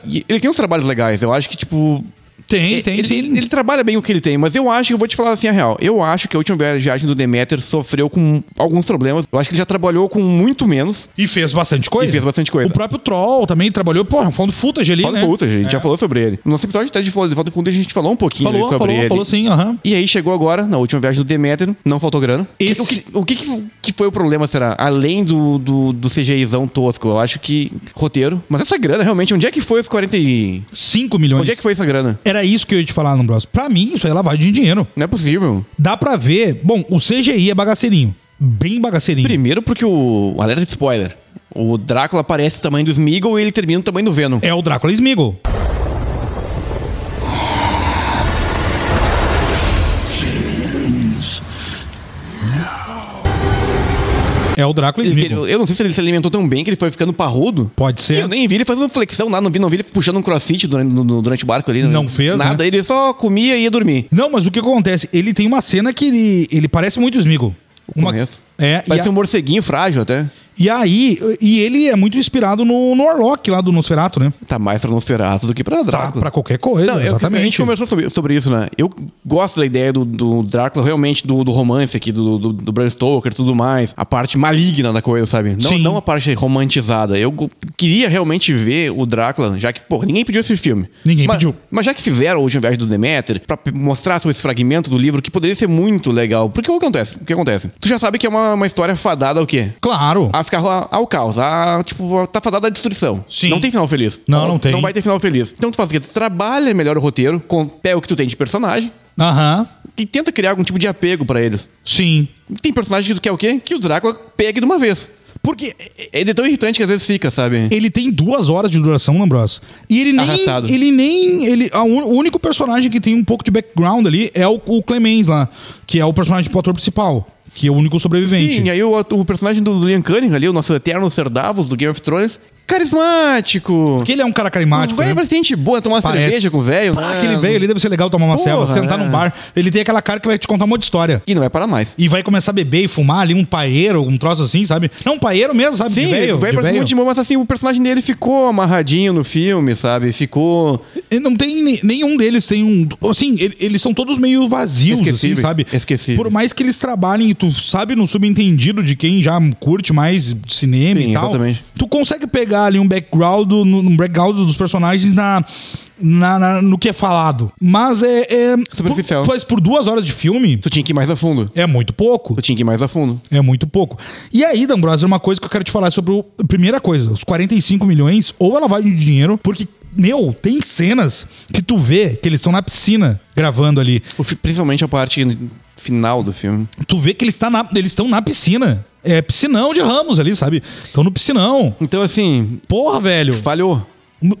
S1: E ele tem uns trabalhos legais, eu acho que, tipo.
S2: Tem,
S1: Ele,
S2: tem,
S1: ele,
S2: sim.
S1: ele- ele trabalha bem o que ele tem, mas eu acho, eu vou te falar assim a real. Eu acho que a última viagem do Demeter sofreu com alguns problemas. Eu acho que ele já trabalhou com muito menos.
S2: E fez bastante coisa.
S1: E fez bastante coisa.
S2: é. O próprio Troll também trabalhou, porra, falando footage ali,
S1: Falta
S2: né?
S1: né? Footage, a gente já falou sobre ele. No nosso episódio até de Falta Footage, a gente falou um pouquinho
S2: Falou,
S1: sobre
S2: falou,
S1: ele.
S2: falou sim, aham.
S1: E aí chegou agora, na última viagem do Demeter, não faltou grana.
S2: Esse-
S1: O, que, o que, que- que foi o problema, será? Além do, do, do CGIzão tosco, eu acho que roteiro. Mas essa grana, realmente, onde é que foi os 40 e...
S2: 5 milhões.
S1: Onde é que foi essa grana?
S2: Era isso que eu ia te falar, Ambrosio. Pra mim, isso aí é lavagem de dinheiro.
S1: Não é possível.
S2: Dá pra ver... Bom, o CGI é bagaceirinho. Bem bagaceirinho.
S1: Primeiro porque o... Alerta de spoiler. O Drácula aparece do tamanho do Smeagol e ele termina do tamanho do Venom.
S2: É o Drácula Smeagol. É o Drácula
S1: Ele-
S2: Smeagol.
S1: ele- eu não sei se ele se alimentou tão bem que ele foi ficando parrudo.
S2: Pode ser.
S1: Eu nem vi ele fazendo flexão lá, não vi, não vi ele puxando um crossfit durante, no- no- durante o barco ali.
S2: Não fez,
S1: Nada,
S2: né?
S1: ele só comia e ia dormir.
S2: Não, mas o que acontece? Ele tem uma cena que ele, ele parece muito o Smeagol. Uma...
S1: Conheço.
S2: É, e,
S1: Parece
S2: a-
S1: um morceguinho frágil até.
S2: e aí, e ele é muito inspirado no, no Orlok lá do Nosferatu, né?
S1: Tá mais pra Nosferatu do que pra
S2: Pra,
S1: Drácula.
S2: Tá, pra qualquer coisa,
S1: Não, é o que a gente
S2: exatamente.
S1: conversou sobre, sobre isso, né? Eu gosto da ideia do, do Drácula, realmente, do, do romance aqui, do, do, do Bram Stoker e tudo mais. A parte maligna da coisa, sabe? Não,
S2: Sim.
S1: não a parte romantizada. Eu go- queria realmente ver o Drácula, já que, pô, ninguém pediu esse filme.
S2: Ninguém
S1: Mas-
S2: pediu.
S1: Mas já que fizeram hoje, ao invés do Demeter, pra p- mostrar só esse fragmento do livro, que poderia ser muito legal. Porque o que acontece? O que acontece? Tu já sabe que é uma, uma história fadada ao quê?
S2: Claro.
S1: a ficar ao, ao caos, a, tipo, a- tá fadada à destruição.
S2: Sim.
S1: Não tem final feliz.
S2: Não, não tem.
S1: Não vai ter final feliz. Então tu faz o quê? Tu trabalha melhor o roteiro, com, pega o que tu tem de personagem
S2: Aham.
S1: e tenta criar algum tipo de apego pra eles.
S2: Sim.
S1: Tem personagem que tu quer o quê? Que o Drácula pegue de uma vez.
S2: Porque
S1: Ele é tão irritante que às vezes fica, sabe?
S2: ele tem duas horas de duração, Lambros. E ele nem.
S1: Arrastado.
S2: Ele nem. Ele, a un- o único personagem que tem um pouco de background ali é o, o Clemens lá, que é o personagem pro ator principal, que é o único sobrevivente.
S1: Sim, e aí o, o personagem do Liam Cunningham ali, o nosso eterno Ser Davos do Game of Thrones, Carismático.
S2: Porque ele é um cara
S1: O
S2: carismático.
S1: velho é
S2: né?
S1: bastante gente boa, tomar uma
S2: Parece.
S1: cerveja com o velho.
S2: Ah,
S1: né?
S2: aquele velho ali deve ser legal tomar uma
S1: Porra,
S2: cela, sentar
S1: né?
S2: num bar. Ele tem aquela cara que vai te contar um monte de história.
S1: E não vai parar mais.
S2: E vai começar a beber e fumar ali um paeiro, um troço assim, sabe? Não, um paeiro mesmo, sabe?
S1: Sim,
S2: de velho,
S1: o velho
S2: de
S1: parece
S2: velho.
S1: muito de bom, mas assim, o personagem dele ficou amarradinho no filme, sabe? Ficou.
S2: E Não tem ne- nenhum deles tem um. Assim, ele- eles são todos meio vazios, assim,
S1: Esquecíveis,
S2: sabe?
S1: esquecíveis.
S2: Por mais que eles trabalhem, e tu sabe no subentendido de quem já curte mais cinema
S1: Sim,
S2: e tal.
S1: exatamente.
S2: Tu consegue pegar ali um background, do- no, no background dos personagens na, na- na- no que é falado. Mas é. é
S1: Superficial.
S2: tu- Mas por duas horas de filme
S1: Tu tinha que ir mais a fundo.
S2: é muito pouco.
S1: Tu tinha que ir mais a fundo.
S2: É muito pouco. E aí, D'Ambrosio, uma coisa que eu quero te falar é sobre o. Primeira coisa, os 45 milhões ou a lavagem de dinheiro, porque, meu, tem cenas que tu vê que eles estão na piscina gravando ali.
S1: O fi- Principalmente a parte final do filme.
S2: Tu vê que eles tá na- eles estão na piscina. É piscinão de Ramos ali, sabe? Estão no piscinão.
S1: Então, assim,
S2: Porra, velho.
S1: falhou.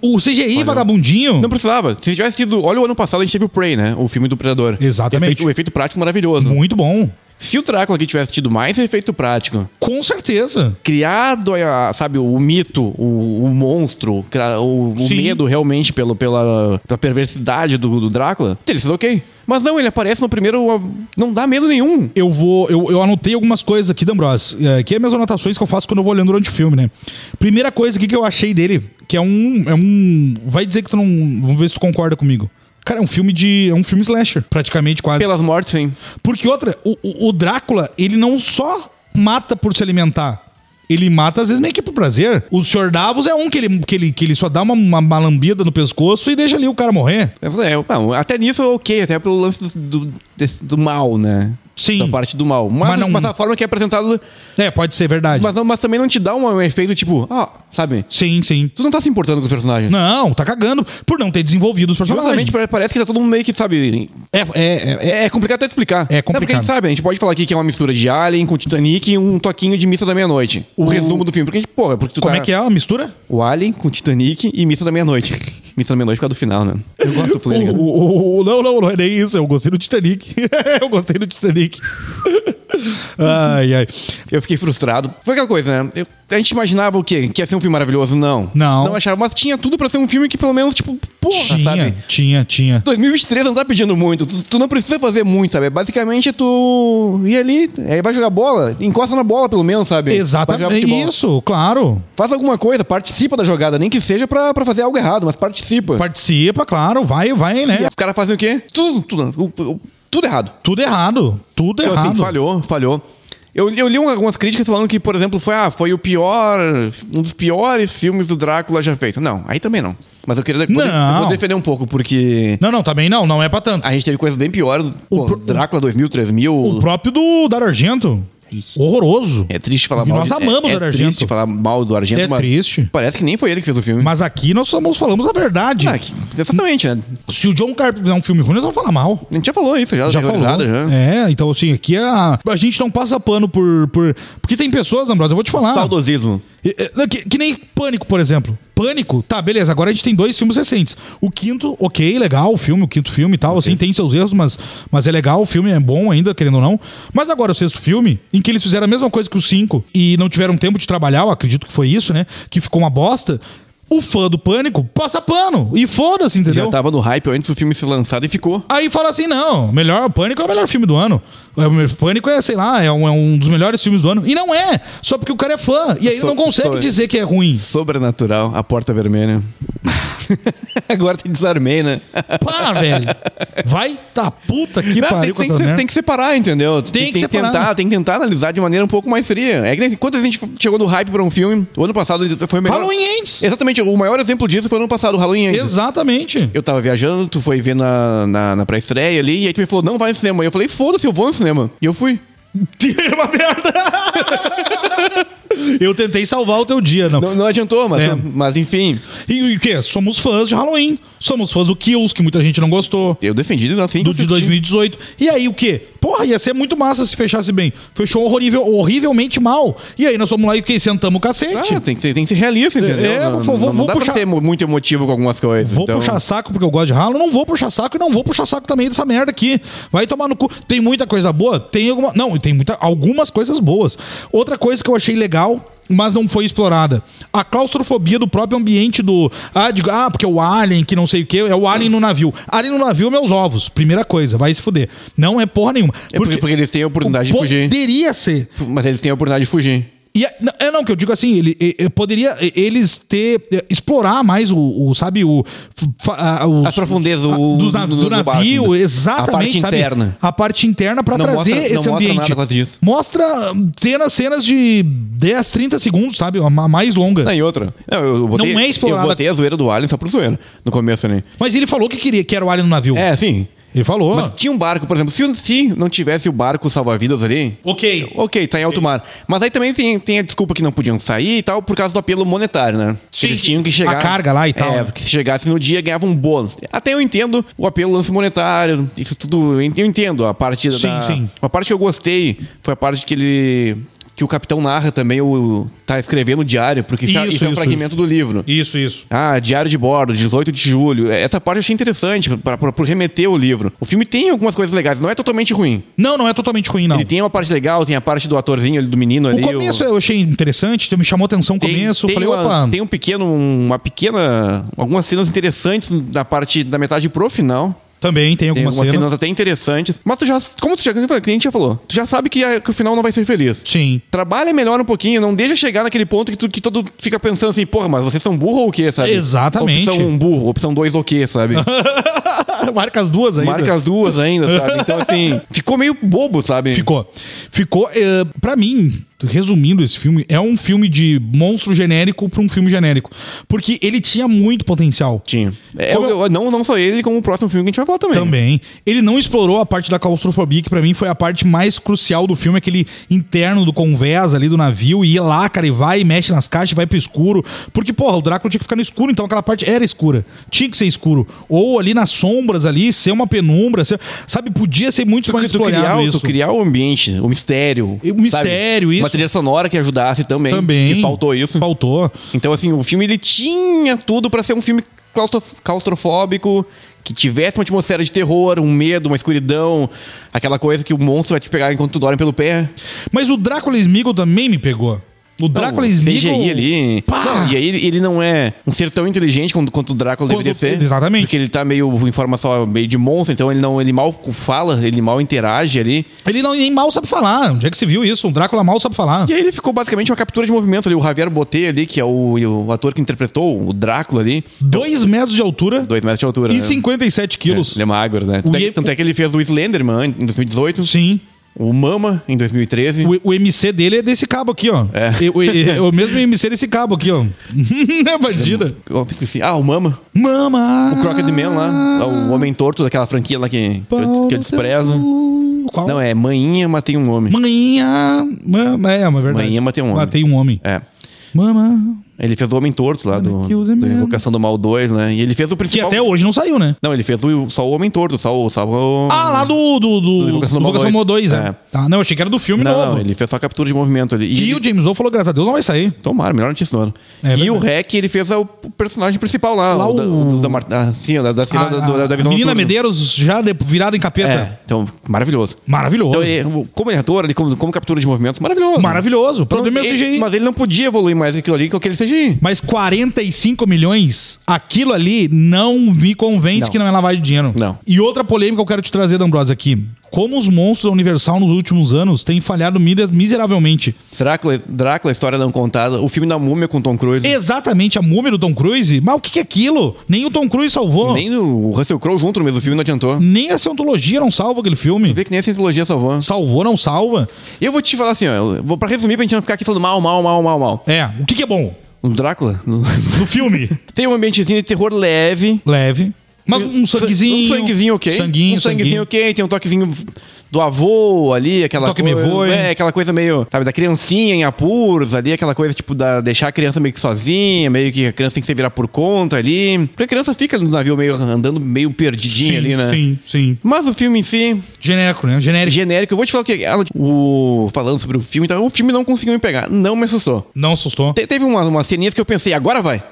S2: O CGI vagabundinho.
S1: Não precisava. Se tivesse sido. Olha, o ano passado a gente teve o Prey, né? O filme do Predador.
S2: Exatamente.
S1: Efeito- o efeito prático maravilhoso.
S2: Muito bom.
S1: Se o Drácula aqui tivesse tido mais efeito prático,
S2: Com certeza.
S1: criado, a- sabe, o mito, o, o monstro, cra- o, o
S2: Sim.
S1: medo realmente pelo, pela, pela perversidade do, do Drácula, teria sido ok. Mas não, ele aparece no primeiro. ó, Não dá medo nenhum.
S2: eu vou. Eu, eu anotei algumas coisas aqui, D'Ambrosio. É, que é minhas anotações que eu faço quando eu vou olhando durante o filme, né? Primeira coisa aqui que eu achei dele, que é um. É um. Vai dizer que tu não. Vamos ver se tu concorda comigo. Cara, é um filme de. É um filme slasher, praticamente, quase.
S1: Pelas mortes, sim.
S2: Porque outra, o, o- o Drácula, ele não só mata por se alimentar. Ele mata, às vezes, meio que por prazer. O Sr. Davos é um que ele, que ele, que ele só dá uma, uma, uma lambida no pescoço e deixa ali o cara morrer.
S1: É, não, até nisso é ok, até pelo lance do, do, desse- do mal, né?
S2: Sim.
S1: Da parte do mal. Mas,
S2: Mas
S1: mas,
S2: não-
S1: a forma que é apresentado.
S2: É, pode ser verdade.
S1: Mas, não- mas também não te dá um, um efeito tipo, ah, sabe?
S2: Sim, sim.
S1: Tu não tá se importando com os personagens.
S2: Não, tá cagando por não ter desenvolvido os personagens.
S1: Justamente pare- parece que tá todo mundo meio que, sabe,
S2: É, é, é, é.
S1: É, é complicado até explicar.
S2: É complicado.
S1: Não, porque a gente sabe, a gente pode falar aqui que é uma mistura de Alien com Titanic e um toquinho de Missa da Meia-Noite. O, resumo do filme. Porque a gente, porra, porque tu
S2: Como
S1: tá...
S2: é que é a mistura?
S1: O Alien com Titanic e Missa da Meia-Noite. [laughs] Missa da Meia-Noite por causa do final, né? Eu gosto do
S2: O,
S1: Plane, cara.
S2: o- o- não, não, não é nem isso. Eu gostei do Titanic. [laughs] eu gostei do Titanic. [laughs] ai, ai.
S1: Eu fiquei frustrado. Foi aquela coisa, né? Eu- a gente imaginava o quê? Que ia ser um filme maravilhoso? Não.
S2: Não.
S1: Não achava, mas tinha tudo pra ser um filme que pelo menos, tipo, porra, sabe?
S2: Tinha, tinha, tinha.
S1: 2023 não tá pedindo muito, tu, tu não precisa fazer muito, sabe? Basicamente tu ir ali, aí vai jogar bola, encosta na bola pelo menos, sabe? Vai jogar
S2: Exatamente.
S1: é futebol.
S2: Isso, claro.
S1: Faz alguma coisa, participa da jogada, nem que seja pra, pra fazer algo errado, mas participa.
S2: Participa, claro. Vai, vai,
S1: E
S2: né?
S1: os caras fazem o quê? Tudo, tudo, o- o- tudo errado.
S2: Tudo errado. Tudo
S1: Então,
S2: errado.
S1: assim, falhou, falhou. Eu, eu li algumas críticas falando que, por exemplo, foi, ah, foi o pior, um dos piores filmes do Drácula já feito. Não, aí também não. Mas eu queria eu vou de-
S2: Não.
S1: eu vou defender um pouco, porque
S2: Não, não, também não. Não é pra tanto.
S1: a gente teve coisa bem pior. Pô,
S2: pro-
S1: Drácula 2000, 3000.
S2: O próprio do Dario Argento. Horroroso.
S1: É triste falar
S2: E
S1: mal
S2: nós
S1: de- é-
S2: amamos
S1: é,
S2: o Argento.
S1: triste falar mal do Argento,
S2: É
S1: mas
S2: triste.
S1: parece que nem foi ele que fez o filme.
S2: Mas aqui nós somos, falamos a verdade.
S1: Ah, que- exatamente, né?
S2: Se o John Carpenter fizer um filme ruim, nós vamos falar mal.
S1: A gente já falou isso, já,
S2: Já falou.
S1: terrorizada, já.
S2: É, então assim, aqui a, a gente não passa pano por, por... Porque tem pessoas, Ambrose, eu vou te falar...
S1: Saudosismo.
S2: É, é, Que, que nem Pânico, por exemplo. Pânico, tá, beleza. Agora a gente tem dois filmes recentes. O quinto, ok, legal o filme, o quinto filme e tal, assim, tem seus erros, mas, mas é legal, o filme é bom ainda, querendo ou não. Mas agora o sexto filme, em que eles fizeram a mesma coisa que o cinco e não tiveram tempo de trabalhar, eu acredito que foi isso, né? Que ficou uma bosta. O fã do Pânico passa pano e foda-se, entendeu?
S1: Já tava no hype antes do filme ser lançado e ficou.
S2: Aí fala assim, não, melhor Pânico é o melhor filme do ano. É, o Pânico é, sei lá, é um, é um dos melhores filmes do ano. E não é, só porque o cara é fã. E aí
S1: Só-
S2: não consegue
S1: só-
S2: dizer que é ruim.
S1: Sobrenatural, a porta vermelha. [laughs] Agora te desarmei, né?
S2: Pá, velho. Vai tá puta
S1: Não,
S2: que
S1: tem,
S2: pariu com
S1: tem,
S2: essa
S1: que, se-
S2: merda.
S1: tem que separar, entendeu?
S2: Tem que separar.
S1: tentar, tem que tentar analisar de maneira um pouco mais fria. É que nem quantas vezes a gente chegou no hype pra um filme. O ano passado foi o melhor.
S2: Halloween Ends.
S1: Exatamente, o maior exemplo disso foi o ano passado, o Halloween. Ends.
S2: Exatamente.
S1: Eu tava viajando, tu foi ver na, na, na pré-estreia ali, e aí tu me falou, não vai no cinema. E eu falei, foda-se, eu vou no cinema. E eu fui.
S2: É uma merda. [laughs] Eu tentei salvar o teu dia, não.
S1: Não, não adiantou, mas,
S2: É.
S1: mas enfim.
S2: E, e o quê? Somos fãs de Halloween. Somos fãs do Kills, que muita gente não gostou.
S1: Eu defendi do nosso
S2: Do de 2018. E aí o quê? Porra, ia ser muito massa se fechasse bem. Fechou horrível, horrivelmente mal. E aí nós fomos lá e o quê? Sentamos o cacete.
S1: Ah, tem que, ser- tem que ser realista, entendeu?
S2: É,
S1: não,
S2: vou- vou-
S1: não
S2: vou
S1: dá
S2: puxar-
S1: pra ser mu- muito emotivo com algumas coisas.
S2: Vou
S1: então-
S2: puxar saco porque eu gosto de ralo, não vou puxar saco e não vou puxar saco também dessa merda aqui. Vai tomar no cu. Tem muita coisa boa? Tem alguma. Não, tem muita... algumas coisas boas. Outra coisa que eu achei legal mas não foi explorada. A claustrofobia do próprio ambiente do. Ah, digo, ah, porque o alien, que não sei o que, é o alien no navio. Alien no navio, meus ovos. Primeira coisa, vai se fuder. Não é porra nenhuma.
S1: É porque, porque eles têm a oportunidade de fugir.
S2: poderia ser.
S1: Mas eles têm a oportunidade de fugir.
S2: E é, não, é não, que eu digo assim, ele, e- e poderia e- eles ter é, explorar mais o, o, sabe, o fa- a- os-
S1: As profundezas,
S2: os- a-
S1: o-
S2: dos na-
S1: do-
S2: do,
S1: do
S2: navio,
S1: barco. né?
S2: exatamente,
S1: A parte
S2: sabe?
S1: interna.
S2: A parte interna para
S1: Não
S2: trazer
S1: mostra- não
S2: esse
S1: mostra
S2: ambiente.
S1: nada quanto disso.
S2: Mostra cenas, cenas de 10, 30 segundos, sabe? Uma mais longa.
S1: Não, e outra. Não, eu botei,
S2: Não é explorada.
S1: Eu botei a zoeira do Alien só pro zoeira no começo ali.
S2: Mas ele falou que queria que era o alien no navio.
S1: É, sim.
S2: Ele falou.
S1: Mas tinha um barco, por exemplo. Se, se não tivesse o barco salva-vidas ali,
S2: OK.
S1: Ok, tá em alto mar. Mas aí também tem, tem a desculpa que não podiam sair e tal por causa do apelo monetário, né?
S2: Sim,
S1: Eles tinham que chegar.
S2: a carga lá e tal,
S1: É,
S2: né?
S1: porque se chegasse no dia ganhava um bônus. Até eu entendo o apelo lance monetário, isso tudo. Eu en- eu entendo a parte da.
S2: Sim, sim.
S1: Uma parte que eu gostei foi a parte que ele. que o capitão narra também, o. tá escrevendo o diário, porque isso, é-
S2: Isso,
S1: isso é um
S2: isso,
S1: fragmento do livro.
S2: Isso, isso.
S1: Ah, Diário de Bordo, 18 de julho. Essa parte eu achei interessante, pra, pra- por remeter o livro. O filme tem algumas coisas legais, não é totalmente ruim.
S2: Não, não é totalmente ruim não.
S1: Ele tem uma parte legal, tem a parte do atorzinho ali, do menino
S2: O
S1: ali.
S2: começo eu achei interessante, me chamou atenção o
S1: Tem-
S2: começo,
S1: tem
S2: falei,
S1: uma-
S2: opa.
S1: Tem um pequeno, uma pequena, algumas cenas interessantes da parte, da metade pro final.
S2: Também tem
S1: Tem
S2: algumas
S1: algumas
S2: cenas.
S1: cenas. até interessantes. Mas tu já, como tu já, como a gente já falou, tu já sabe que, a- que o final não vai ser feliz.
S2: Sim.
S1: Trabalha melhor um pouquinho, não deixa chegar naquele ponto que, tu, que todo fica pensando assim, porra, mas vocês são burro ou o quê, sabe?
S2: Exatamente.
S1: Opção 1 um burro, opção 2 o quê,
S2: [laughs]
S1: sabe?
S2: [laughs] Marca as duas ainda.
S1: Marca as duas ainda, sabe? Então assim, ficou meio bobo, sabe?
S2: Ficou. Ficou. eh, pra mim, resumindo esse filme, é um filme de monstro genérico pra um filme genérico. Porque ele tinha muito potencial.
S1: Tinha. É,
S2: Como
S1: eu- eu- não, não só ele, como o próximo filme que a gente vai falar também.
S2: Também. Ele não explorou a parte da claustrofobia, que pra mim foi a parte mais crucial do filme, aquele interno do convés ali do navio, e ir lá, cara, e vai, e mexe nas caixas, e vai pro escuro. Porque, porra, o Drácula tinha que ficar no escuro, então aquela parte era escura. Tinha que ser escuro. Ou ali nas sombras ali, ser uma penumbra, ser- sabe, podia ser muito mais
S1: Tu, tu, criar,
S2: explorado
S1: o-
S2: isso.
S1: tu criar o ambiente, o mistério.
S2: E o mistério,
S1: sabe?
S2: isso.
S1: Uma trilha sonora que ajudasse também.
S2: Também.
S1: Que faltou isso.
S2: Faltou.
S1: Então, assim, o filme ele tinha tudo pra ser um filme claustro- claustrofóbico, que tivesse uma atmosfera de terror, um medo, uma escuridão, aquela coisa que o monstro vai te pegar enquanto tu dorme pelo pé.
S2: Mas o Drácula Smeagol também me pegou. O Drácula
S1: Não,
S2: Smeagol...
S1: Então, CGI ali.
S2: Pá!
S1: Não, e aí ele- ele não é um ser tão inteligente quanto, quanto o Drácula
S2: Quando-
S1: deveria ser.
S2: exatamente.
S1: Porque ele tá meio em forma só meio de monstro, então ele não ele mal fala, ele mal interage ali.
S2: Ele não, nem mal sabe falar. Onde é que se viu isso? O Drácula mal sabe falar.
S1: E aí ele ficou basicamente uma captura de movimento ali. O Javier Botet ali, que é o, o ator que interpretou o Drácula ali,
S2: Dois metros de altura
S1: dois metros de altura.
S2: e
S1: né?
S2: 57 quilos.
S1: Ele é magro, né? Tanto é,
S2: Ye-
S1: tanto é que ele fez o Slenderman em 2018,
S2: Sim.
S1: o Mama em 2013.
S2: O, o MC dele é desse cabo aqui, ó.
S1: É.
S2: E- o- e- o mesmo MC desse cabo aqui, ó. [laughs] Imagina.
S1: Eu esqueci. Ah, o Mama.
S2: Mama.
S1: O Crockett Man lá. O Homem Torto daquela franquia lá que, que eu, que eu desprezo.
S2: Qual?
S1: Não, é Maninha, matei um homem.
S2: Maninha. Mama. É, uma verdade.
S1: Maninha matei um homem.
S2: Matei um homem.
S1: É. Tipo,
S2: Mama.
S1: Ele fez o Homem Torto lá do,
S2: kill the
S1: do
S2: man.
S1: Invocação do Mal 2, né? E ele fez o
S2: Que
S1: principal.
S2: até hoje não saiu, né?
S1: Não, ele fez o, só o Homem Torto, só o. Só o...
S2: Ah, lá do. Do, do,
S1: Invocação do Mal
S2: Invocação do Mal 2, é.
S1: É.
S2: Tá, não, eu achei que era do filme
S1: Não,
S2: novo.
S1: ele fez só a captura de movimento ali.
S2: E o James Wan falou, graças a Deus, não vai sair.
S1: Tomara, melhor notícia do ano.
S2: É
S1: e
S2: verdade.
S1: o Rec, ele fez o personagem principal lá,
S2: Lá
S1: o, da-
S2: o-
S1: o da, Mar- da, sim, da, da, cena
S2: A-
S1: da,
S2: a-
S1: da, da visão
S2: Ah,
S1: noturna.
S2: Menina Medeiros já de- virada em capeta.
S1: É, então, maravilhoso.
S2: Maravilhoso.
S1: Então, ele, como ele é ator, ele, como, como captura de movimentos, maravilhoso. Então,
S2: Maravilhoso. O problema é o
S1: Ele-
S2: CGI.
S1: Mas ele não podia evoluir mais aquilo ali com aquele CGI.
S2: Mas 45 milhões, aquilo ali não me convence
S1: Não.
S2: que não é lavagem de dinheiro.
S1: Não.
S2: E outra polêmica que eu quero te trazer, D'Ambrosio, aqui. Como os monstros da Universal nos últimos anos têm falhado miras- miseravelmente.
S1: Drácula, Drácula, história não contada. O filme da múmia com Tom Cruise.
S2: Exatamente a múmia do Tom Cruise. Mas o que que é aquilo? Nem o Tom Cruise salvou. Nem,
S1: Nem o Russell Crowe junto no mesmo filme não adiantou.
S2: a Scientologia não salva aquele
S1: Vê
S2: filme.
S1: que nem a Scientologia salvou.
S2: Salvou, não salva.
S1: Eu vou te falar assim, ó. eu Vou, pra resumir, pra gente não ficar aqui falando mal, mal, mal, mal, mal.
S2: É, o que que é bom?
S1: O Drácula
S2: No filme.
S1: [laughs] tem um ambientezinho de terror leve.
S2: Leve. Mas um sanguezinho.
S1: Um sanguezinho ok.
S2: Sanguinho,
S1: um sanguezinho
S2: sanguinho. Um
S1: ok. Tem um toquezinho do avô ali, aquela
S2: Toque me
S1: coisa.
S2: voe.
S1: É, aquela coisa meio, sabe, da criancinha em apuros ali, aquela coisa tipo da deixar a criança meio que sozinha, meio que a criança tem que se virar por conta ali. Porque a criança fica no navio meio andando meio perdidinha
S2: Sim,
S1: ali, né?
S2: Sim, sim.
S1: Mas o filme em si,
S2: Genérico, né?
S1: é
S2: Genérico.
S1: genérico, eu vou te falar o que. ela- O, falando sobre o filme, então, o filme não conseguiu me pegar. Não me assustou.
S2: Não assustou.
S1: Te- teve umas uma ceninhas que eu pensei, agora vai.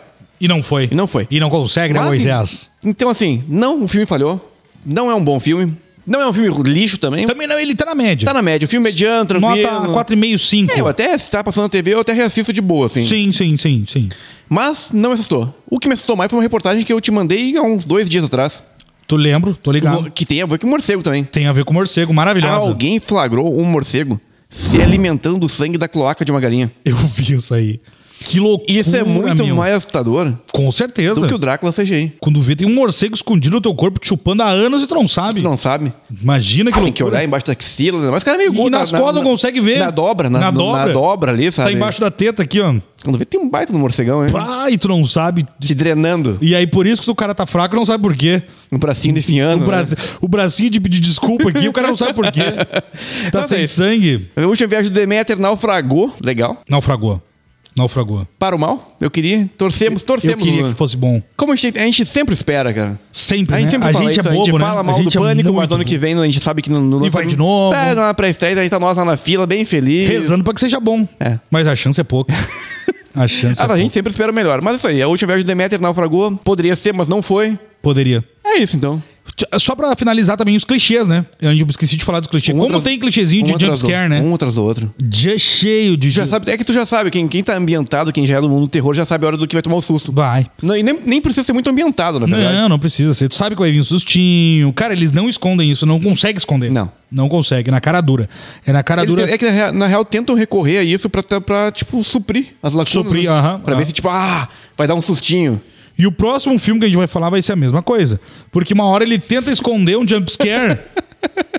S2: E não foi.
S1: E não foi.
S2: E não consegue, né,
S1: Quase.
S2: Moisés?
S1: Então, assim, não, o filme falhou. Não é um bom filme. Não é um filme lixo também.
S2: Também não, ele tá na média.
S1: Tá na média. Um filme mediano, tranquilo.
S2: Nota 4,5, 5.
S1: É, eu até, se tá passando na TV, eu até reassisto de boa, assim.
S2: Sim, sim, sim, sim.
S1: Mas não me assustou. O que me assustou mais foi uma reportagem que eu te mandei há uns dois dias atrás.
S2: Tu lembro, tô ligado.
S1: Que tem a ver com morcego também.
S2: Tem a ver com morcego, maravilhosa.
S1: Alguém flagrou um morcego se alimentando do sangue da cloaca de uma galinha.
S2: Eu vi isso aí. Que loucura,
S1: E isso é muito
S2: meu.
S1: mais assustador
S2: Com
S1: do
S2: certeza.
S1: que o Drácula CGI.
S2: Quando vê, tem um morcego escondido no teu corpo te chupando há anos e tu não sabe.
S1: Tu não sabe?
S2: Imagina que
S1: Tem que
S2: loucura.
S1: olhar embaixo da axila, né? mas o cara é meio
S2: e
S1: gordo.
S2: nas costas não consegue ver.
S1: Na dobra, na,
S2: na
S1: no-
S2: dobra.
S1: na dobra ali, sabe?
S2: Tá embaixo da teta aqui, ó.
S1: Quando vê, tem um baita no morcegão, hein?
S2: Pá, e tu não sabe.
S1: Te drenando.
S2: E aí, por isso que o cara tá fraco e não sabe por quê.
S1: Um bracinho definhando. né?
S2: O, braci- o bracinho de pedir desculpa aqui, o cara não sabe
S1: [laughs]
S2: por quê. Tá
S1: Não sei.
S2: sem sangue.
S1: A última viagem do Demeter naufragou. Legal.
S2: Naufragou. Naufragou.
S1: Para o mal, eu queria. Torcemos,
S2: Eu
S1: torcemos.
S2: queria
S1: Luan.
S2: que fosse bom.
S1: Como a gente, a gente sempre espera, cara.
S2: Sempre,
S1: A gente
S2: né?
S1: sempre fala isso,
S2: é bobo,
S1: a gente
S2: né?
S1: fala mal
S2: A gente
S1: do
S2: é
S1: pânico,
S2: muito
S1: mas ano que
S2: bobo.
S1: vem a gente sabe que não... não
S2: E vai de novo.
S1: É, na pré-estreia, a gente tá nós lá na fila, bem feliz.
S2: Rezando pra que seja bom.
S1: É.
S2: Mas a chance é pouca. A chance
S1: Ah,
S2: é
S1: a
S2: pouca.
S1: gente sempre espera o melhor. Mas isso aí, a última viagem do Demeter naufragou. Poderia ser, mas não foi.
S2: Poderia.
S1: É isso, então.
S2: T- Só pra finalizar também os clichês, né? Eu esqueci de falar dos clichês.
S1: Um
S2: Como
S1: atrás-
S2: tem clichêzinho de
S1: atrás do
S2: jumpscare,
S1: outro.
S2: né?
S1: Um atrás do outro.
S2: Dia cheio de
S1: Já
S2: ju-
S1: sabe, é que tu já sabe, quem, quem tá ambientado, quem já é do mundo do terror, já sabe a hora do que vai tomar o susto.
S2: Vai.
S1: Não, e nem, nem precisa ser muito ambientado, na verdade.
S2: Não, não precisa ser. Tu sabe que vai vir um sustinho. Cara, eles não escondem isso, não consegue esconder.
S1: Não.
S2: Não consegue, na cara dura. É na cara
S1: Eles
S2: dura.
S1: te- É que na real, na real tentam recorrer a isso pra, tá- pra tipo, suprir as lacunas.
S2: Suprir,
S1: né?
S2: aham,
S1: Pra
S2: aham.
S1: ver se, tipo, ah, vai dar um sustinho.
S2: E o próximo filme que a gente vai falar vai ser a mesma coisa. Porque uma hora ele tenta esconder
S1: [laughs]
S2: um jumpscare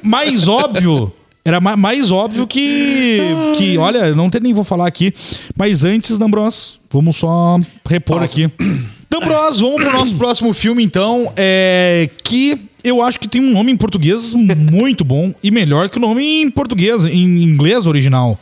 S2: mais óbvio. Era ma- mais óbvio que. que olha, eu não tem nem vou falar aqui. Mas antes, D'Ambros, vamos só repor
S1: [coughs]
S2: aqui. D'Ambros, vamos pro nosso próximo filme, então. É, que eu acho que tem um nome em português muito bom e melhor que o nome em português, em inglês original.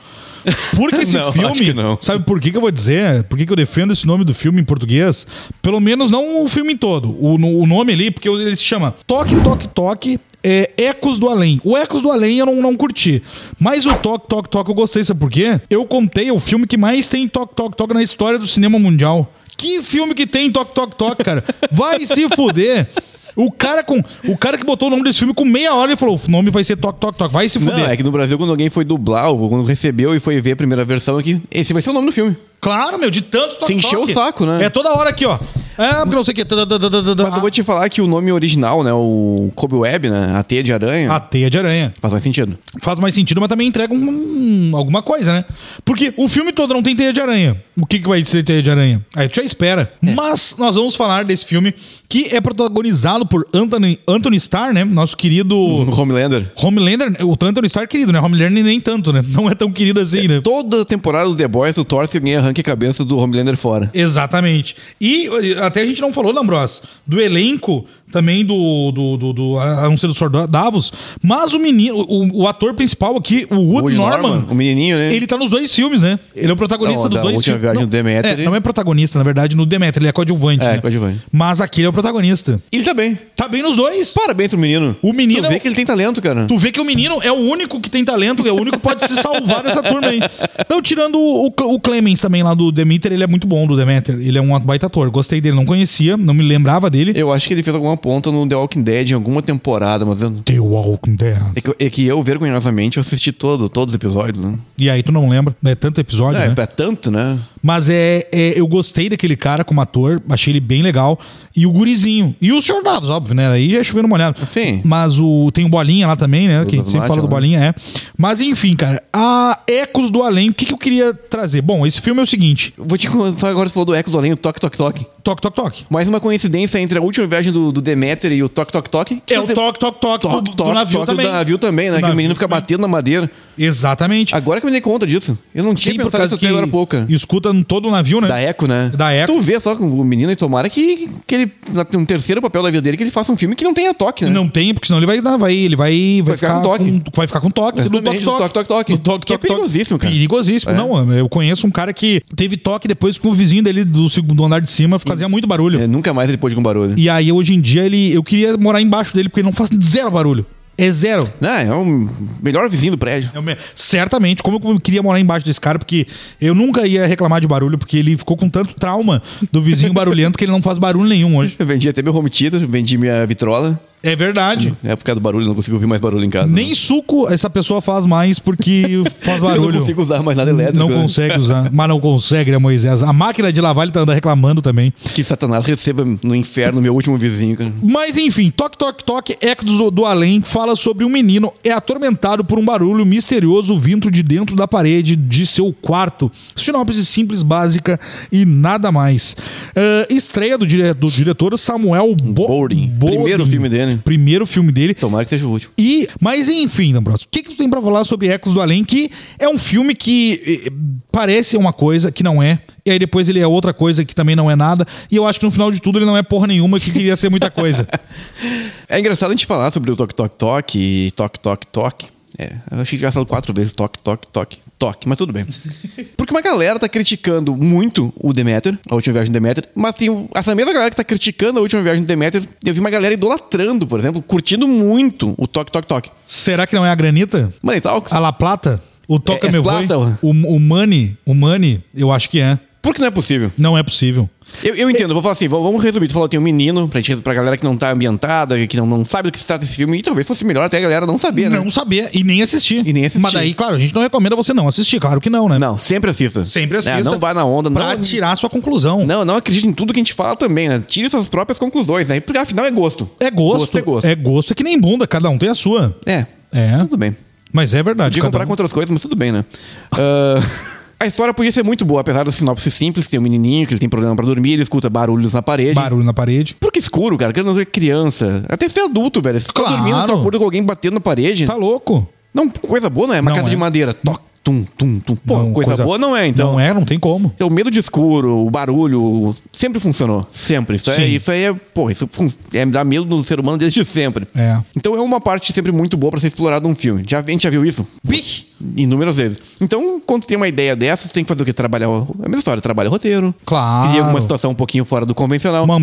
S2: Porque
S1: [laughs]
S2: esse
S1: Não, acho
S2: filme.
S1: que não.
S2: Sabe por que, que eu vou dizer? Por que, que eu defendo esse nome do filme em português? Pelo menos não o filme todo. O, no- o nome ali, porque ele se chama Toque, Toque, Toque. É, Ecos do Além. O Ecos do Além eu não, não curti. Mas o Toque, Toque, Toque eu gostei, sabe por quê? Eu contei é o filme que mais tem Toque, Toque, Toque na história do cinema mundial. Que filme que tem Toque, Toque, Toque, cara? Vai se fuder! O cara, com, o cara que botou o nome desse filme com meia hora ele falou: o nome vai ser Toque, Toque, Toque. Vai se
S1: Não,
S2: fuder.
S1: é que no Brasil, quando alguém foi dublar, ou quando recebeu e foi ver a primeira versão aqui, esse vai ser o nome do filme.
S2: Claro, meu, de tanto toque.
S1: Se encheu o saco, né?
S2: É toda hora aqui, ó. É, porque não sei o que.
S1: Mas eu vou te falar que o nome original, né, o Kobe Web, né, a teia de aranha,
S2: A Ah, teia de aranha.
S1: faz mais sentido.
S2: Faz mais sentido, mas também entrega um- alguma coisa, né? Porque o filme todo não tem teia de aranha. O que, que vai ser teia de aranha? Aí tu já espera.
S1: É.
S2: Mas nós vamos falar desse filme que é protagonizado por Anthony, Anthony Starr, né? Nosso querido.
S1: O Homelander.
S2: Homelander, o Anthony Starr querido, né? Homelander nem tanto, né? Não é tão querido assim, né?
S1: Toda temporada do The Boys, tu torce que alguém arranque a cabeça do Homelander fora.
S2: Exatamente. E eh, até a gente não falou, Lambros, do elenco também do, do, do, do a a não ser do Sr. Da- Davos, mas o menino, o, o ator principal aqui, o Wood,
S1: Woody
S2: Norman,
S1: o menininho, né?
S2: ele tá nos dois filmes, né? Ele é o protagonista
S1: Não,
S2: dos
S1: da
S2: dois
S1: última
S2: filmes.
S1: viagem
S2: não,
S1: do Demeter,
S2: é,
S1: ele-
S2: não é protagonista, na verdade, no Demeter, ele é coadjuvante.
S1: É,
S2: né?
S1: coadjuvante.
S2: Mas aqui ele é o protagonista.
S1: Ele tá bem.
S2: Tá bem nos dois.
S1: Parabéns pro menino.
S2: O menino
S1: Tu
S2: é
S1: vê
S2: um-
S1: que ele tem talento, cara.
S2: Tu vê que o menino é o único que tem talento, é o único que pode se salvar dessa turma aí. Então, tirando o, o Cle- o Clemens também lá do Demeter, ele é muito bom do Demeter. Ele é um baita ator. Gostei dele, não conhecia, não me lembrava dele.
S1: Eu acho que ele fez alguma ponta no The Walking Dead em alguma temporada, mas eu...
S2: The Walking Dead.
S1: É que, eu- é que eu, vergonhosamente, eu assisti todo, todos os episódios, né?
S2: E aí tu não lembra, é tanto episódio,
S1: É,
S2: né?
S1: é tanto, né?
S2: Mas é, é- eu gostei daquele cara como ator, achei ele bem legal. E o gurizinho. E o Sr. Davos, óbvio, né? Aí é chovendo molhado.
S1: Sim.
S2: Mas o tem o Bolinha lá também, né? Que a gente sempre
S1: Zanotti
S2: fala do
S1: lá.
S2: Bolinha, é. Mas enfim, cara, a Ecos do Além, o que, que eu queria trazer? Bom, esse filme é o seguinte:
S1: Vou te contar agora, você falou do Echo do Além, o Toque Toque Toque.
S2: toque, toque, toque.
S1: Mais uma coincidência entre a última viagem do, do Demeter e o Toque Toque Toque. que
S2: É o toque, toque, toque,
S1: Toque,
S2: do, do
S1: toque,
S2: navio
S1: toque
S2: também.
S1: do navio também, né?
S2: Do
S1: Que o
S2: navio
S1: menino fica batendo na madeira.
S2: Exatamente.
S1: Agora que eu me dei conta disso. Eu não Ah, tinha
S2: Sim, por
S1: pensado nisso
S2: causa
S1: até
S2: que
S1: agora há pouco. cara.
S2: escuta em todo o navio, né?
S1: Da Echo, né?
S2: Da Echo.
S1: Tu vê só com o menino e tomara que, que ele, na- no terceiro papel da vida dele, que ele faça um filme que não tenha toque, né?
S2: Não tem, porque senão ele vai dar, vai, ele vai, vai,
S1: ficar com toque.
S2: vai ficar com toque.
S1: Exatamente, do toque, toque, toque.
S2: Do toque,
S1: Que é
S2: toque, toque.
S1: perigosíssimo, cara.
S2: Perigosíssimo.
S1: É.
S2: Não, eu conheço um cara que teve toque depois com o vizinho dele do segundo andar de cima, fazia muito barulho.
S1: É, nunca mais ele pôde com barulho.
S2: E aí hoje em dia ele, eu queria morar embaixo dele porque ele não faz zero barulho. É zero.
S1: Não, é o melhor vizinho do prédio.
S2: Eu me- Certamente, como eu queria morar embaixo desse cara, porque eu nunca ia reclamar de barulho, porque ele ficou com tanto trauma do vizinho barulhento que ele não faz barulho nenhum hoje.
S1: Eu vendi até meu home theater, vendi minha vitrola.
S2: É verdade.
S1: É por causa do barulho, não consigo ouvir mais barulho em casa.
S2: Nem suco essa pessoa faz mais porque
S1: [laughs]
S2: faz
S1: Eu
S2: barulho.
S1: não consigo usar mais nada elétrico.
S2: Não
S1: né?
S2: consegue usar, mas não consegue, né, Moisés? A máquina de lavar ele tá andando reclamando também.
S1: Que Satanás receba no inferno meu último vizinho, cara.
S2: Mas enfim, Toque Toque Toque, Eco do, do Além, fala sobre um menino é atormentado por um barulho misterioso vindo de dentro da parede de seu quarto. Sinopse simples, básica e nada mais. Ah, estreia do, dire- do diretor Samuel Bo
S1: Bolding. Primeiro filme dele.
S2: Primeiro filme dele.
S1: Tomara que seja o último.
S2: E, mas enfim, D'Ambrosio, o que, que tu tem pra falar sobre Ecos do Além? Que é um filme que eh, parece uma coisa que não é, e aí depois ele é outra coisa que também não é nada, e eu acho que no final de tudo ele não é porra nenhuma que queria ser
S1: [laughs]
S2: muita coisa.
S1: É engraçado a gente falar sobre o toque, toque, toque e toque, toque, toque. É, eu achei que já falou quatro vezes toque, toque, toque, toque, mas
S2: [laughs]
S1: tudo bem. Porque uma galera tá criticando muito o Demeter, a última viagem do Demeter, mas tem o- essa mesma galera que tá criticando a última viagem do Demeter, eu vi uma galera idolatrando, por exemplo, curtindo muito o toque, toque, toque.
S2: Será que não é a granita?
S1: Mano, e tal,
S2: A La Plata? O Toca
S1: É- é
S2: Meu Voi?
S1: plata, ué.
S2: O, o Money? O Money? Eu acho que é.
S1: porque não é possível.
S2: Não é possível.
S1: Eu, eu entendo, vou falar assim, vamos vamos resumir. Tu falou que tem um menino, pra, gente, pra galera que não tá ambientada, que não, não sabe do que se trata esse filme, e talvez fosse melhor até a galera não saber, né?
S2: Não saber e nem assistir.
S1: E nem assistir.
S2: Mas daí, claro, a gente não recomenda você não assistir, claro que não, né?
S1: Não, sempre assista.
S2: Sempre assista.
S1: É, não vá na onda,
S2: Pra
S1: não,
S2: tirar a sua conclusão.
S1: não, não acredite em tudo que a gente fala também, né? Tire suas próprias conclusões, né? Porque afinal é gosto.
S2: É gosto.
S1: Gosto é gosto.
S2: É gosto é que nem bunda, cada um tem a sua.
S1: É,
S2: É.
S1: tudo bem.
S2: Mas é verdade.
S1: Podia
S2: cada
S1: comparar
S2: um-
S1: com outras coisas, mas tudo bem, né? Ah, [laughs] a história podia ser muito boa, apesar da sinopse simples, que tem um menininho, que ele tem problema pra dormir, ele escuta barulhos na parede.
S2: Barulho na parede.
S1: Por que escuro, cara? Querendo dizer, criança. Até ser adulto, velho. Se tu
S2: Claro.
S1: tá dormindo, tu acorda com alguém batendo na parede.
S2: Tá louco?
S1: Não, coisa boa não é. Uma
S2: Não
S1: casa
S2: é.
S1: de madeira. Toc, tum, tum, tum. Pô,
S2: Não,
S1: coisa, boa não é, então.
S2: Não é, não tem como.
S1: O medo de escuro, o barulho, sempre funcionou. Sempre. Isso
S2: Sim.
S1: aí, isso aí é, porra, isso fun- é, dá medo no ser humano desde sempre.
S2: É.
S1: Então é uma parte sempre muito boa pra ser explorada num filme. Já, a gente já viu isso
S2: Bih!
S1: inúmeras vezes. Então, quando tem uma ideia dessa, você tem que fazer o quê? Trabalhar. o- É a mesma história, trabalha o roteiro.
S2: Claro.
S1: Cria uma situação um pouquinho fora do convencional.
S2: Uma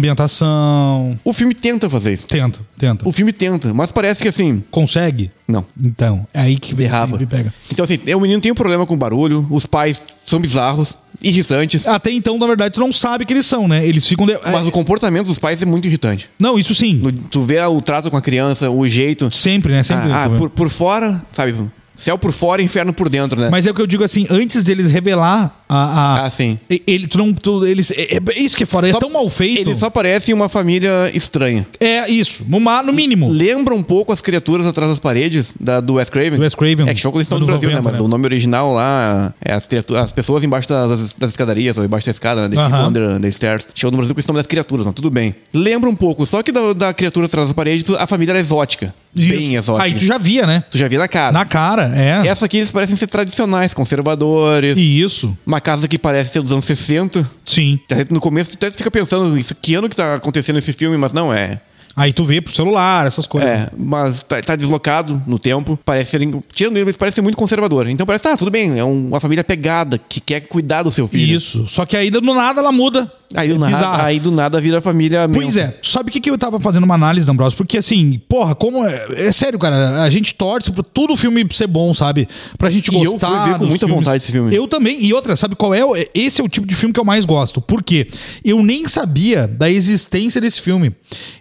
S2: ambientação.
S1: O filme tenta fazer isso.
S2: Tenta, tenta.
S1: O filme tenta, mas parece que assim.
S2: Consegue?
S1: Não.
S2: Então, é aí que
S1: Berrava.
S2: me pega.
S1: Então, assim, o menino tem um problema com barulho, os pais são bizarros, irritantes,
S2: Até então, na verdade, tu não sabe que eles são, né? Eles ficam. de-
S1: mas o comportamento dos pais é muito irritante.
S2: Não, isso sim.
S1: No- tu vê o trato com a criança, o jeito.
S2: Sempre, né? Sempre.
S1: Ah, ah,
S2: tu vê.
S1: por, por fora, sabe? Céu por fora, inferno por dentro, né?
S2: Mas é o que eu digo assim, antes deles revelar a. a-
S1: Ah, sim.
S2: E- Ele, tu não. tu- eles, é, é isso que é fora, é
S1: Só-
S2: tão mal feito.
S1: Ele só parece uma família estranha.
S2: É isso, no, ma- no mínimo.
S1: Lembra um pouco as criaturas atrás das paredes da, do Wes Craven?
S2: Do Wes Craven.
S1: É que Chocolate estão no
S2: Anos
S1: Brasil,
S2: 90,
S1: né? Mas
S2: né?
S1: o nome original lá é as, criatu- as pessoas embaixo das, das escadarias, ou embaixo da escada, né? The
S2: Aham.
S1: People Under the Stairs. Chegou no Brasil com o nome das criaturas, mas tudo bem. Lembra um pouco, só que da, da criatura atrás da parede, tu- a família era exótica.
S2: Isso.
S1: Bem exótica.
S2: Aí tu já via, né?
S1: Tu já via na cara.
S2: Na cara, é.
S1: Essa aqui eles parecem ser tradicionais, conservadores.
S2: E isso,
S1: Uma casa que parece ser dos anos 60.
S2: sim.
S1: Até No começo tu até fica pensando, isso, que ano que tá acontecendo esse filme, mas não é.
S2: Aí tu vê pro celular, essas coisas.
S1: É, mas tá, tá deslocado no tempo. Parece ser, tirando ele, mas parece ser muito conservador. Então parece, tá, tudo bem, é um- uma família pegada que quer cuidar do seu filho.
S2: Isso. Só que aí do nada ela muda. É
S1: Aí do,
S2: Bizarro.
S1: nada, aí do nada vira a família.
S2: Pois é, Tu sabe o que, que eu tava fazendo uma análise, D'Ambrosio? Porque assim, porra, como. É, é sério, cara, a gente torce pra todo filme ser bom, sabe? Pra gente
S1: E eu
S2: gostar.
S1: fui ver com
S2: dos
S1: muita
S2: filmes.
S1: vontade esse filme.
S2: Eu também. E outra, sabe qual é? o- Esse é o tipo de filme que eu mais gosto. Por quê? Eu nem sabia da existência desse filme.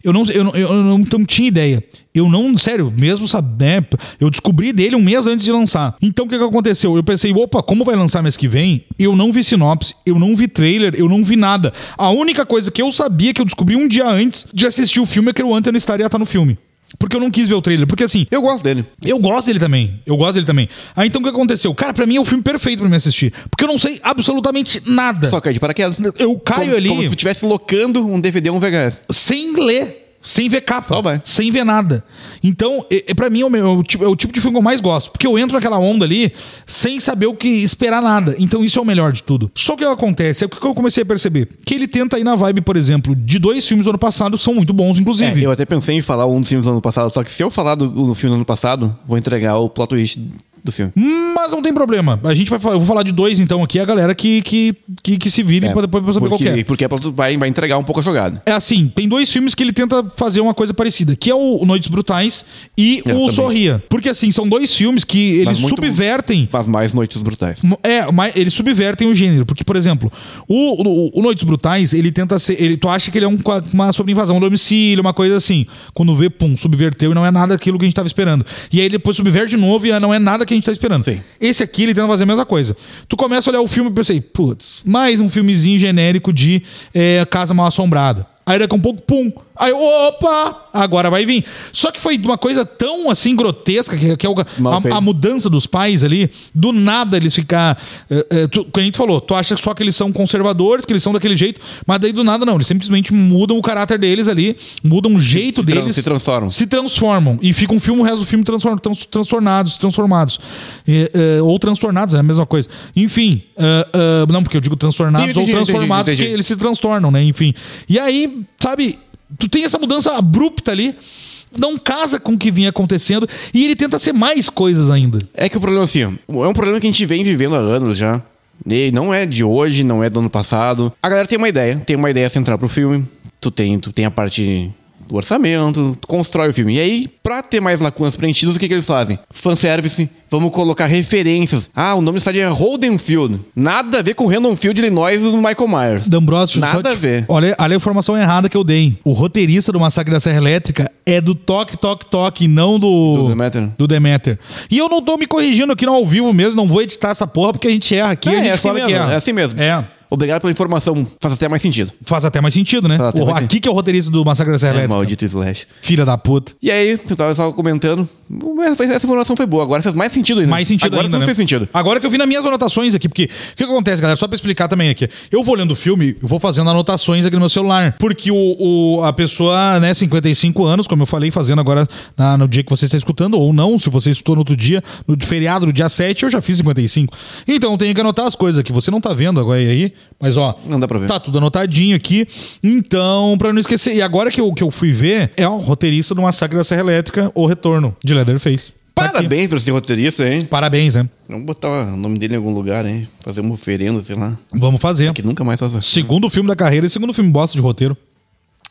S2: Eu não, eu, não- eu, não, eu não tinha ideia. Eu não, sério, mesmo sabendo, né, eu descobri dele um mês antes de lançar. Então o que, que aconteceu? Eu pensei, opa, como vai lançar mês que vem? Eu não vi sinopse, eu não vi trailer, eu não vi nada. A única coisa que eu sabia que eu descobri um dia antes de assistir o filme é que o Anthony Starr ia estar no filme. Porque eu não quis ver o trailer. Porque assim,
S1: Eu gosto dele.
S2: eu gosto dele também. Eu gosto dele também. Ah, então o que aconteceu? Cara, pra mim é o filme perfeito pra me assistir. Porque eu não sei absolutamente nada.
S1: Só cai de paraquedas.
S2: Eu caio
S1: como,
S2: ali
S1: Como se tu estivesse locando um DVD ou um VHS.
S2: sem ler. Sem ver capa.
S1: Só vai.
S2: Sem ver nada. Então, é, é, pra mim, é o, meu- é o tipo, é o tipo de filme que eu mais gosto. Porque eu entro naquela onda ali sem saber o que esperar nada. Então, isso é o melhor de tudo. Só que o que acontece, é o que eu comecei a perceber. Que ele tenta ir na vibe, por exemplo, de dois filmes do ano passado, são muito bons,
S1: É,
S2: inclusive.
S1: eu até pensei em falar um dos filmes do ano passado, só que se eu falar do, do filme do ano passado, vou entregar o plot twist do filme.
S2: Mas não tem problema. A gente vai falar, eu vou falar de dois então aqui, a galera que, que, que, que se vire pra depois pra saber
S1: É, porque,
S2: qual que é.
S1: Porque é pra tu- vai, vai entregar um pouco a jogada.
S2: É assim, tem dois filmes que ele tenta fazer uma coisa parecida, que é o Noites Brutais e
S1: É,
S2: o
S1: também.
S2: Sorria. Porque assim, são dois filmes que
S1: Mas
S2: eles
S1: muito-
S2: subvertem
S1: Faz mais noites brutais.
S2: Mo- É, mas eles subvertem o gênero. Porque, por exemplo, o, o- o Noites Brutais, ele tenta ser. Ele, tu acha que ele é um, qua- uma sobreinvasão do domicílio, uma coisa assim. Quando vê, pum, subverteu e não é nada aquilo que a gente tava esperando. E aí ele depois subverte de novo e ah, não é nada que a gente tá esperando.
S1: Sim.
S2: Esse aqui, ele tenta fazer a mesma coisa. Tu começa a olhar o filme e pensei, putz, mais um filmezinho genérico de eh, Casa Mal Assombrada. Aí daqui a um pouco, pum. Aí, opa! Agora vai vir. Só que foi uma coisa tão assim grotesca que, que é o,
S1: Mal
S2: a-
S1: feito.
S2: a, mudança dos pais ali, do nada eles ficar. É, é, tu, que a gente falou, tu acha só que eles são conservadores, que eles são daquele jeito, mas daí do nada não, eles simplesmente mudam o caráter deles ali, mudam o jeito
S1: tran-
S2: deles.
S1: se transformam.
S2: Se transformam. E fica um filme, o resto do filme transform, trans- transtornados, transformados. É, é, ou transtornados, é a mesma coisa. Enfim, é, é, não, porque eu digo transtornados
S1: Sim, eu entendi,
S2: ou
S1: entendi,
S2: transformados,
S1: entendi.
S2: porque eles se transtornam, né? Enfim. E aí, sabe, tu tem essa mudança abrupta ali. Não casa com o que vinha acontecendo e ele tenta ser mais coisas ainda.
S1: É que o problema, assim, ó, é um problema que a gente vem vivendo há anos já. E não é de hoje, não é do ano passado. A galera tem uma ideia, tem uma ideia central pro filme. Tu tem, tu tem a parte do orçamento, tu constrói o filme. E aí, pra ter mais lacunas preenchidas, o que, que eles fazem? Fanservice, vamos colocar referências. Ah, o nome do estádio é Holdenfield. Nada a ver com Random Field, Illinois do Michael Myers.
S2: D'Ambrosio.
S1: Nada
S2: só te-
S1: a ver.
S2: Olha, olha a informação errada que eu dei. O roteirista do Massacre da Serra Elétrica é do Toque, Toque, Toque, não do...
S1: Do Demeter.
S2: do Demeter. E eu não tô me corrigindo aqui no ao vivo mesmo, não vou editar essa porra porque a gente erra aqui,
S1: É,
S2: a gente
S1: é assim
S2: fala
S1: mesmo,
S2: que erra.
S1: é assim mesmo.
S2: É.
S1: Obrigado pela informação, faz até mais sentido.
S2: Faz até mais sentido, né?
S1: Faz até
S2: O-
S1: mais
S2: aqui que é o roteirista do Massacre da Serra
S1: É,
S2: Elétrica.
S1: maldito Slash.
S2: Filha da puta.
S1: E aí, eu tava só comentando. Essa essa informação foi boa, agora fez mais sentido ainda.
S2: Mais sentido
S1: agora
S2: ainda,
S1: não
S2: né?
S1: fez sentido.
S2: Agora que eu vi nas minhas anotações aqui, porque o que que acontece, galera? Só pra explicar também aqui. Eu vou lendo o filme, eu vou fazendo anotações aqui no meu celular. Porque o, o- a pessoa, né, 55 anos, como eu falei, fazendo agora na- no dia que você está escutando, ou não, se você escutou no outro dia, no feriado do dia 7, eu já fiz 55. Então eu tenho que anotar as coisas que você não tá vendo agora aí, mas ó.
S1: Não dá pra ver.
S2: Tá tudo anotadinho aqui. Então, pra não esquecer. E agora que eu, que eu fui ver, é o roteirista do Massacre da Serra Elétrica, O Retorno, de Leatherface. Tá aqui.
S1: Parabéns pra esse roteirista, hein?
S2: Parabéns, né?
S1: Vamos botar o nome dele em algum lugar, hein? Fazer uma oferenda, sei lá.
S2: Vamos fazer.
S1: Que nunca mais faz isso.
S2: Segundo filme da carreira e segundo filme bosta de roteiro.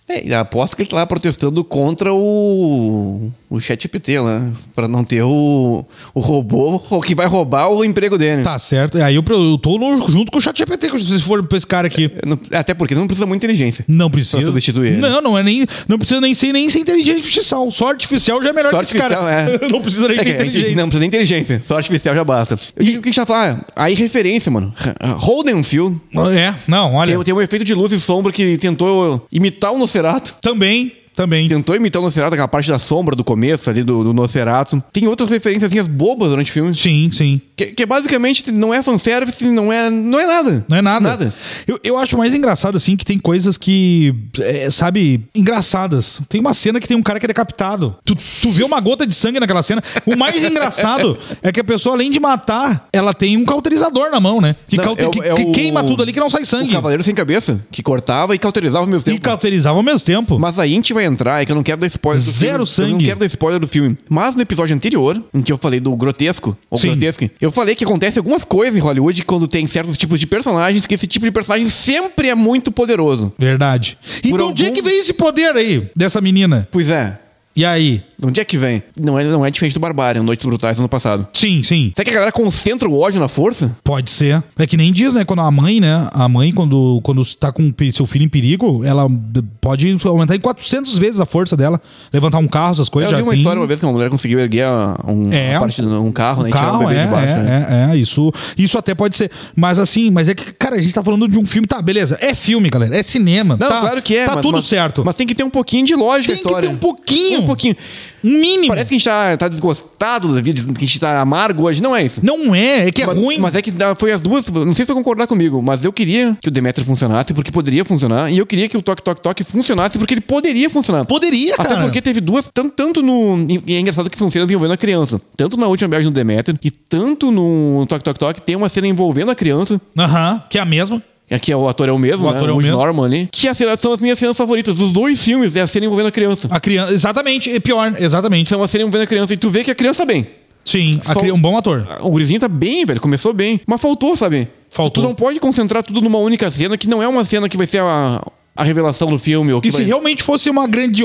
S1: É, e aposto que ele tá lá protestando contra o. o ChatGPT lá. Pra não ter o. o robô que vai roubar o emprego dele.
S2: Tá certo. E Aí eu, eu tô no- junto com o chat GPT, se for pra esse cara aqui.
S1: Eu não- até porque não precisa muita inteligência.
S2: Não precisa.
S1: Pra substituir ele.
S2: Não, não é nem. Não precisa nem ser, nem ser inteligência artificial. Só artificial já é melhor
S1: Só
S2: que esse cara.
S1: artificial, é.
S2: [laughs] Não precisa
S1: É,
S2: nem ser
S1: que-
S2: inteligente.
S1: Não precisa nem inteligência. Só artificial já basta. E o que- o que a gente tá falando? Aí referência, mano. Holdenfield.
S2: É, não, olha.
S1: Tem, tem um efeito de luz e sombra que tentou imitar o Nocerato.
S2: Também, também.
S1: Tentou imitar o Nocerato, aquela parte da sombra do começo ali do, do Nocerato. Tem outras referências assim, bobas durante o filme.
S2: Sim, sim.
S1: Que, que basicamente não é fanservice, não é, não é nada.
S2: Não é nada.
S1: Nada.
S2: Eu, eu acho mais engraçado, assim, que tem coisas que, é, sabe, engraçadas. Tem uma cena que tem um cara que é decapitado. Tu, tu vê uma gota de sangue naquela cena. O
S1: [laughs]
S2: mais engraçado é que a pessoa, além de matar, ela tem um cauterizador na mão, né? Que,
S1: Não,
S2: caute-
S1: é o-
S2: que-
S1: é
S2: que
S1: o-
S2: queima tudo ali que não sai
S1: O
S2: sangue.
S1: Cavaleiro Sem Cabeça, que cortava e cauterizava o meu
S2: E
S1: tempo.
S2: cauterizava ao mesmo tempo.
S1: Mas aí a gente vai entrar, é que eu não quero dar spoiler do
S2: Zero
S1: filme. Eu não
S2: sangue.
S1: quero dar spoiler do filme. Mas no episódio anterior, em que eu falei do grotesco, ou
S2: Sim.
S1: grotesco, eu falei que acontece algumas coisas em Hollywood quando tem certos tipos de personagens, que esse tipo de personagem sempre é muito poderoso.
S2: Verdade. Então,
S1: algum-
S2: onde é que veio esse poder aí, dessa menina?
S1: Pois é,
S2: E aí?
S1: De onde é que vem? Não é, não é diferente do Barbarian, Noites Brutais do ano passado.
S2: Sim, sim.
S1: Será que a galera concentra o ódio na força?
S2: Pode ser. É que nem diz, né? Quando a mãe, né? A mãe, quando, quando tá com pe- seu filho em perigo, ela b- pode aumentar em 400 vezes a força dela. Levantar um carro, essas
S1: Eu
S2: coisas.
S1: vi
S2: já
S1: uma
S2: tem...
S1: história uma vez que uma mulher conseguiu erguer a- um,
S2: É,
S1: uma parte de um carro, né?
S2: Um
S1: e tirar o
S2: carro,
S1: bebê
S2: é,
S1: de baixo. né?
S2: é, é, é, isso, isso até pode ser. Mas assim, mas é que, cara, a gente tá falando de um filme, tá, beleza, é filme, galera, é cinema.
S1: Não,
S2: tá,
S1: claro que é.
S2: Tá
S1: mas-
S2: tudo
S1: mas-
S2: certo.
S1: Mas tem que ter um pouquinho de lógica
S2: tem
S1: a
S2: que
S1: história.
S2: ter um pouquinho,
S1: Um pouquinho.
S2: um mínimo.
S1: Parece que a gente tá, tá desgostado da vida, que a gente tá amargo hoje. Não é isso.
S2: Não é, é que é
S1: mas,
S2: ruim.
S1: Mas é que dá- foi as duas. Não sei se você vai concordar comigo, mas eu queria que o Demetrio funcionasse, porque poderia funcionar. E eu queria que o Toque Toque Toque funcionasse, porque ele poderia funcionar.
S2: Poderia,
S1: Até
S2: cara.
S1: porque teve duas, tanto, tanto no. E é engraçado que são cenas envolvendo a criança. Tanto na última viagem do Demeter e tanto no Toque Toque Toque tem uma cena envolvendo a criança.
S2: Aham, que é a mesma.
S1: Aqui é o ator é o mesmo,
S2: O
S1: né?
S2: ator é o
S1: Woody
S2: mesmo.
S1: Norman ali. Que a cena- são as minhas cenas favoritas. Dos dois filmes é a cena envolvendo a criança.
S2: A criança, exatamente, é pior, exatamente.
S1: São a cena envolvendo a criança. E tu vê que a criança tá bem.
S2: Sim, a
S1: Fal-
S2: cri- um bom ator.
S1: O gurizinho tá bem, velho. Começou bem. Mas faltou, sabe?
S2: Faltou.
S1: Tu não pode concentrar tudo numa única cena, que não é uma cena que vai ser a, a revelação do filme. Ou que
S2: E se
S1: vai...
S2: realmente fosse uma grande.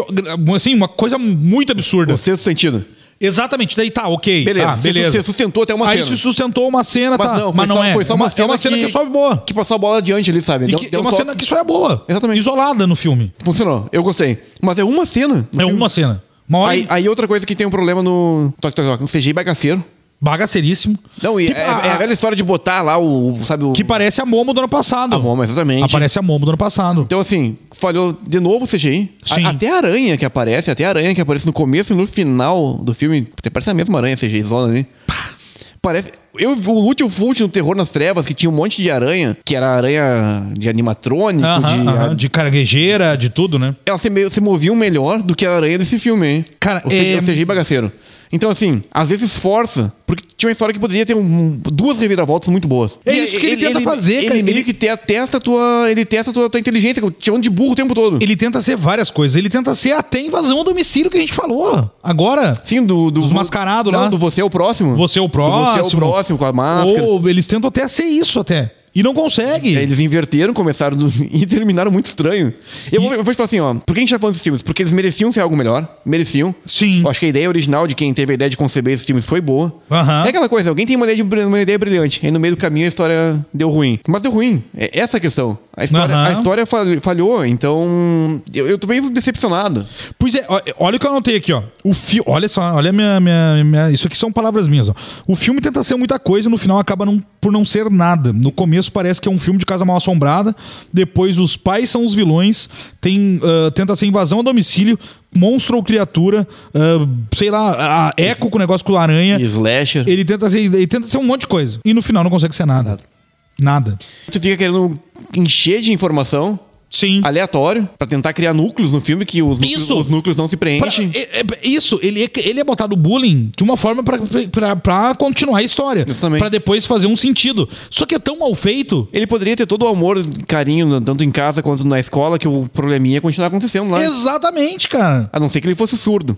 S2: Assim, uma coisa muito absurda.
S1: O sexto é sentido.
S2: Exatamente, daí tá, ok.
S1: Beleza.
S2: Tá, beleza.
S1: Você sustentou até uma
S2: Aí
S1: cena.
S2: se sustentou uma cena, tá.
S1: não, foi
S2: mas não
S1: só-
S2: é.
S1: foi só uma
S2: Uma- é uma cena que,
S1: cena
S2: é
S1: que-
S2: só boa.
S1: Que passou a bola adiante ali, sabe?
S2: E
S1: Deu-
S2: que-
S1: deu
S2: é
S1: um
S2: uma
S1: toque.
S2: cena que só é boa.
S1: Exatamente.
S2: Isolada no filme.
S1: Funcionou. Eu gostei. Mas é uma cena.
S2: É uma cena. Uma hora
S1: Aí,
S2: e-
S1: aí outra coisa que tem um problema no Toque Toque Toque, um CGI bagaceiro.
S2: bagaceiríssimo.
S1: Não, e
S2: que,
S1: é,
S2: Tipo a-
S1: é a velha história de botar lá o, o- sabe, o...
S2: que parece a Momo do ano passado.
S1: a bomba, exatamente.
S2: Aparece a Momo do ano passado.
S1: Então, assim, falhou de novo o CGI. A-
S2: Sim.
S1: até a aranha que aparece, até a aranha que aparece no começo e no final do filme. Até parece a mesma aranha CGI zona ali. Parece. Eu vi o Lute e o Fult no Terror nas Trevas, que tinha um monte de aranha, que era aranha de animatrônico,
S2: Aham,
S1: de.
S2: aham, de carguejeira, de tudo, né?
S1: Ela se, meio- se moviam melhor do que a aranha desse filme, hein?
S2: Cara,
S1: o CGI,
S2: é-
S1: o CGI bagaceiro. Então, assim, às vezes força, porque tinha uma história que poderia ter um- duas reviravoltas muito boas.
S2: É
S1: E
S2: isso que ele tenta fazer,
S1: ele,
S2: cara.
S1: Ele meio
S2: Ele-
S1: que te- testa a tua. Ele testa a tua, tua inteligência, te chamando de burro o tempo todo.
S2: Ele tenta ser várias coisas. Ele tenta ser até invasão ao domicílio que a gente falou. Agora,
S1: Sim, do. do
S2: Dos mascarados
S1: não,
S2: lá.
S1: do você é o próximo.
S2: você é o
S1: Do
S2: próximo.
S1: Você é o próximo com a máscara.
S2: Ou eles tentam até ser isso até. E não consegue.
S1: E aí Eles inverteram, começaram do- [laughs] e terminaram muito estranho. Eu, vou, eu vou te falar assim, ó. Por que a gente tá falando desses filmes? Porque eles mereciam ser algo melhor. Mereciam.
S2: Sim.
S1: Eu acho que a ideia original de quem teve a ideia de conceber esses filmes foi boa.
S2: Aham.
S1: É aquela coisa, alguém tem uma ideia, de bri- uma ideia brilhante. Aí no meio do caminho a história deu ruim. Mas deu ruim. É essa a questão. A história,
S2: Aham.
S1: a história fal- falhou, então. Eu, eu tô meio decepcionado.
S2: Pois é, ó- olha o que eu anotei aqui, ó. O fi... Olha só, olha a minha, minha, minha- Isso aqui são palavras minhas, ó. O filme tenta ser muita coisa e no final acaba não- por não ser nada. No começo parece que é um filme de casa mal assombrada, depois os pais são os vilões, tem, ah, tenta ser invasão a domicílio, monstro ou criatura, ah, sei lá, a eco com o negócio com a aranha.
S1: E Slasher.
S2: Ele tenta, ser, ele tenta ser um monte de coisa. E no final não consegue ser nada. Nada.
S1: Tu fica querendo encher de informação
S2: Sim.
S1: aleatório pra tentar criar núcleos no filme que os núcleos,
S2: Isso.
S1: os núcleos não se
S2: Pra-
S1: preenchem.
S2: é- é- isso, ele é, ele é botado bullying de uma forma pra- pra pra continuar a história.
S1: Justamente.
S2: Pra depois fazer um sentido. Só que é tão mal feito.
S1: Ele poderia ter todo o amor, carinho, tanto em casa quanto na escola, que o probleminha ia continuar acontecendo lá.
S2: Exatamente, cara.
S1: A não ser que ele fosse surdo.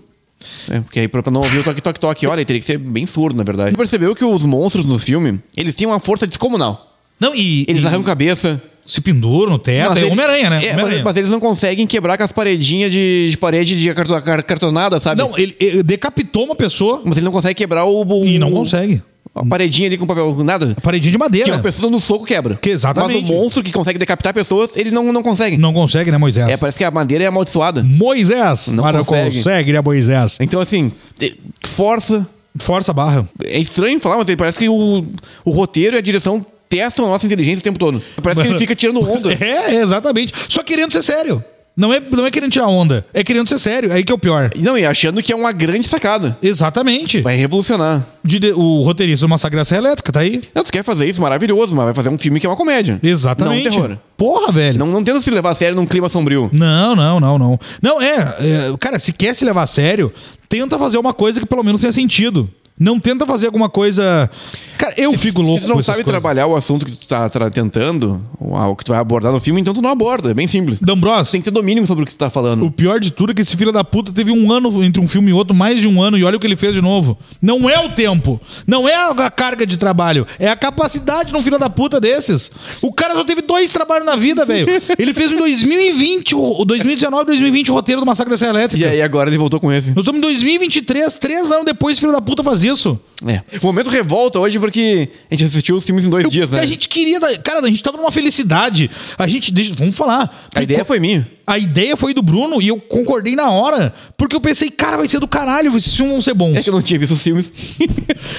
S1: É, porque aí pra pra não ouvir o toque-toque-toque, olha, ele teria que ser bem surdo, na verdade. Você percebeu que os monstros no filme, eles tinham uma força descomunal.
S2: Não, e.
S1: Eles
S2: e
S1: arrancam cabeça.
S2: Se penduram no teto.
S1: mas
S2: É
S1: ele-
S2: Homem-Aranha, né?
S1: É,
S2: Homem-Aranha.
S1: mas, mas eles não conseguem quebrar com as paredinhas de, de parede de acarto- acar- cartonada, sabe?
S2: Não, ele, ele decapitou uma pessoa
S1: Mas ele não consegue quebrar o... o-
S2: e não consegue.
S1: A paredinha ali com papel, nada.
S2: Paredinha de
S1: Que
S2: madeira.
S1: uma pessoa dando soco quebra.
S2: Que exatamente.
S1: Mas o monstro que consegue decapitar pessoas, ele não, não consegue.
S2: Não consegue, né, Moisés?
S1: É, parece que a madeira é amaldiçoada.
S2: Moisés!
S1: Não
S2: Mas
S1: consegue.
S2: consegue, né, Moisés?
S1: Então, assim, te- força.
S2: Força a barra.
S1: É estranho falar, mas parece que o, o roteiro e a direção testam a nossa inteligência o tempo todo. Parece que ele fica tirando onda.
S2: [laughs] É, exatamente. Só querendo ser sério. Não é, não é querendo tirar onda. É querendo ser sério. Aí que é o pior.
S1: Não, e achando que é uma grande sacada.
S2: Exatamente.
S1: Vai revolucionar.
S2: De- de- o roteirista do Massacre da Serra Elétrica, tá aí?
S1: Não, tu quer fazer isso, maravilhoso, mas vai fazer um filme que é uma comédia.
S2: Exatamente.
S1: Não terror.
S2: Porra, velho.
S1: Não, não tenta se levar a sério num clima sombrio.
S2: Não, não, não, não. Não, é, é, Cara, se quer se levar a sério, tenta fazer uma coisa que pelo menos tenha sentido. Não tenta fazer alguma coisa. Cara, eu fico louco.
S1: Se tu não
S2: com essas
S1: sabe
S2: coisas.
S1: trabalhar o assunto que tu tá, tra- tentando, ou algo que tu vai abordar no filme, então tu não aborda. É bem simples.
S2: D'Ambrosio,
S1: Tem que ter domínio sobre o que tu tá falando.
S2: O pior de tudo é que esse filho da puta teve um ano entre um filme e outro, mais de um ano, e olha o que ele fez de novo. Não é o tempo. Não é a carga de trabalho. É a capacidade de um filho da puta desses. O cara só teve dois trabalhos na
S1: [laughs]
S2: vida, velho. Ele fez em 2020, o o 2019, 2020, o roteiro do Massacre da Serra
S1: E
S2: Elétrica.
S1: aí agora ele voltou com esse.
S2: Nós estamos em 2023, três anos depois, filho da puta faz isso.
S1: É. O momento revolta hoje porque a gente assistiu os filmes em dois dias, né?
S2: A gente queria. da- Cara, a gente tava numa felicidade. A gente. deixa- vamos falar.
S1: A ideia foi minha.
S2: A ideia foi do Bruno e eu concordei na hora. Porque eu pensei, cara, vai ser do caralho, esses filmes vão ser bons.
S1: É que eu não tinha visto os
S2: [laughs]
S1: filmes.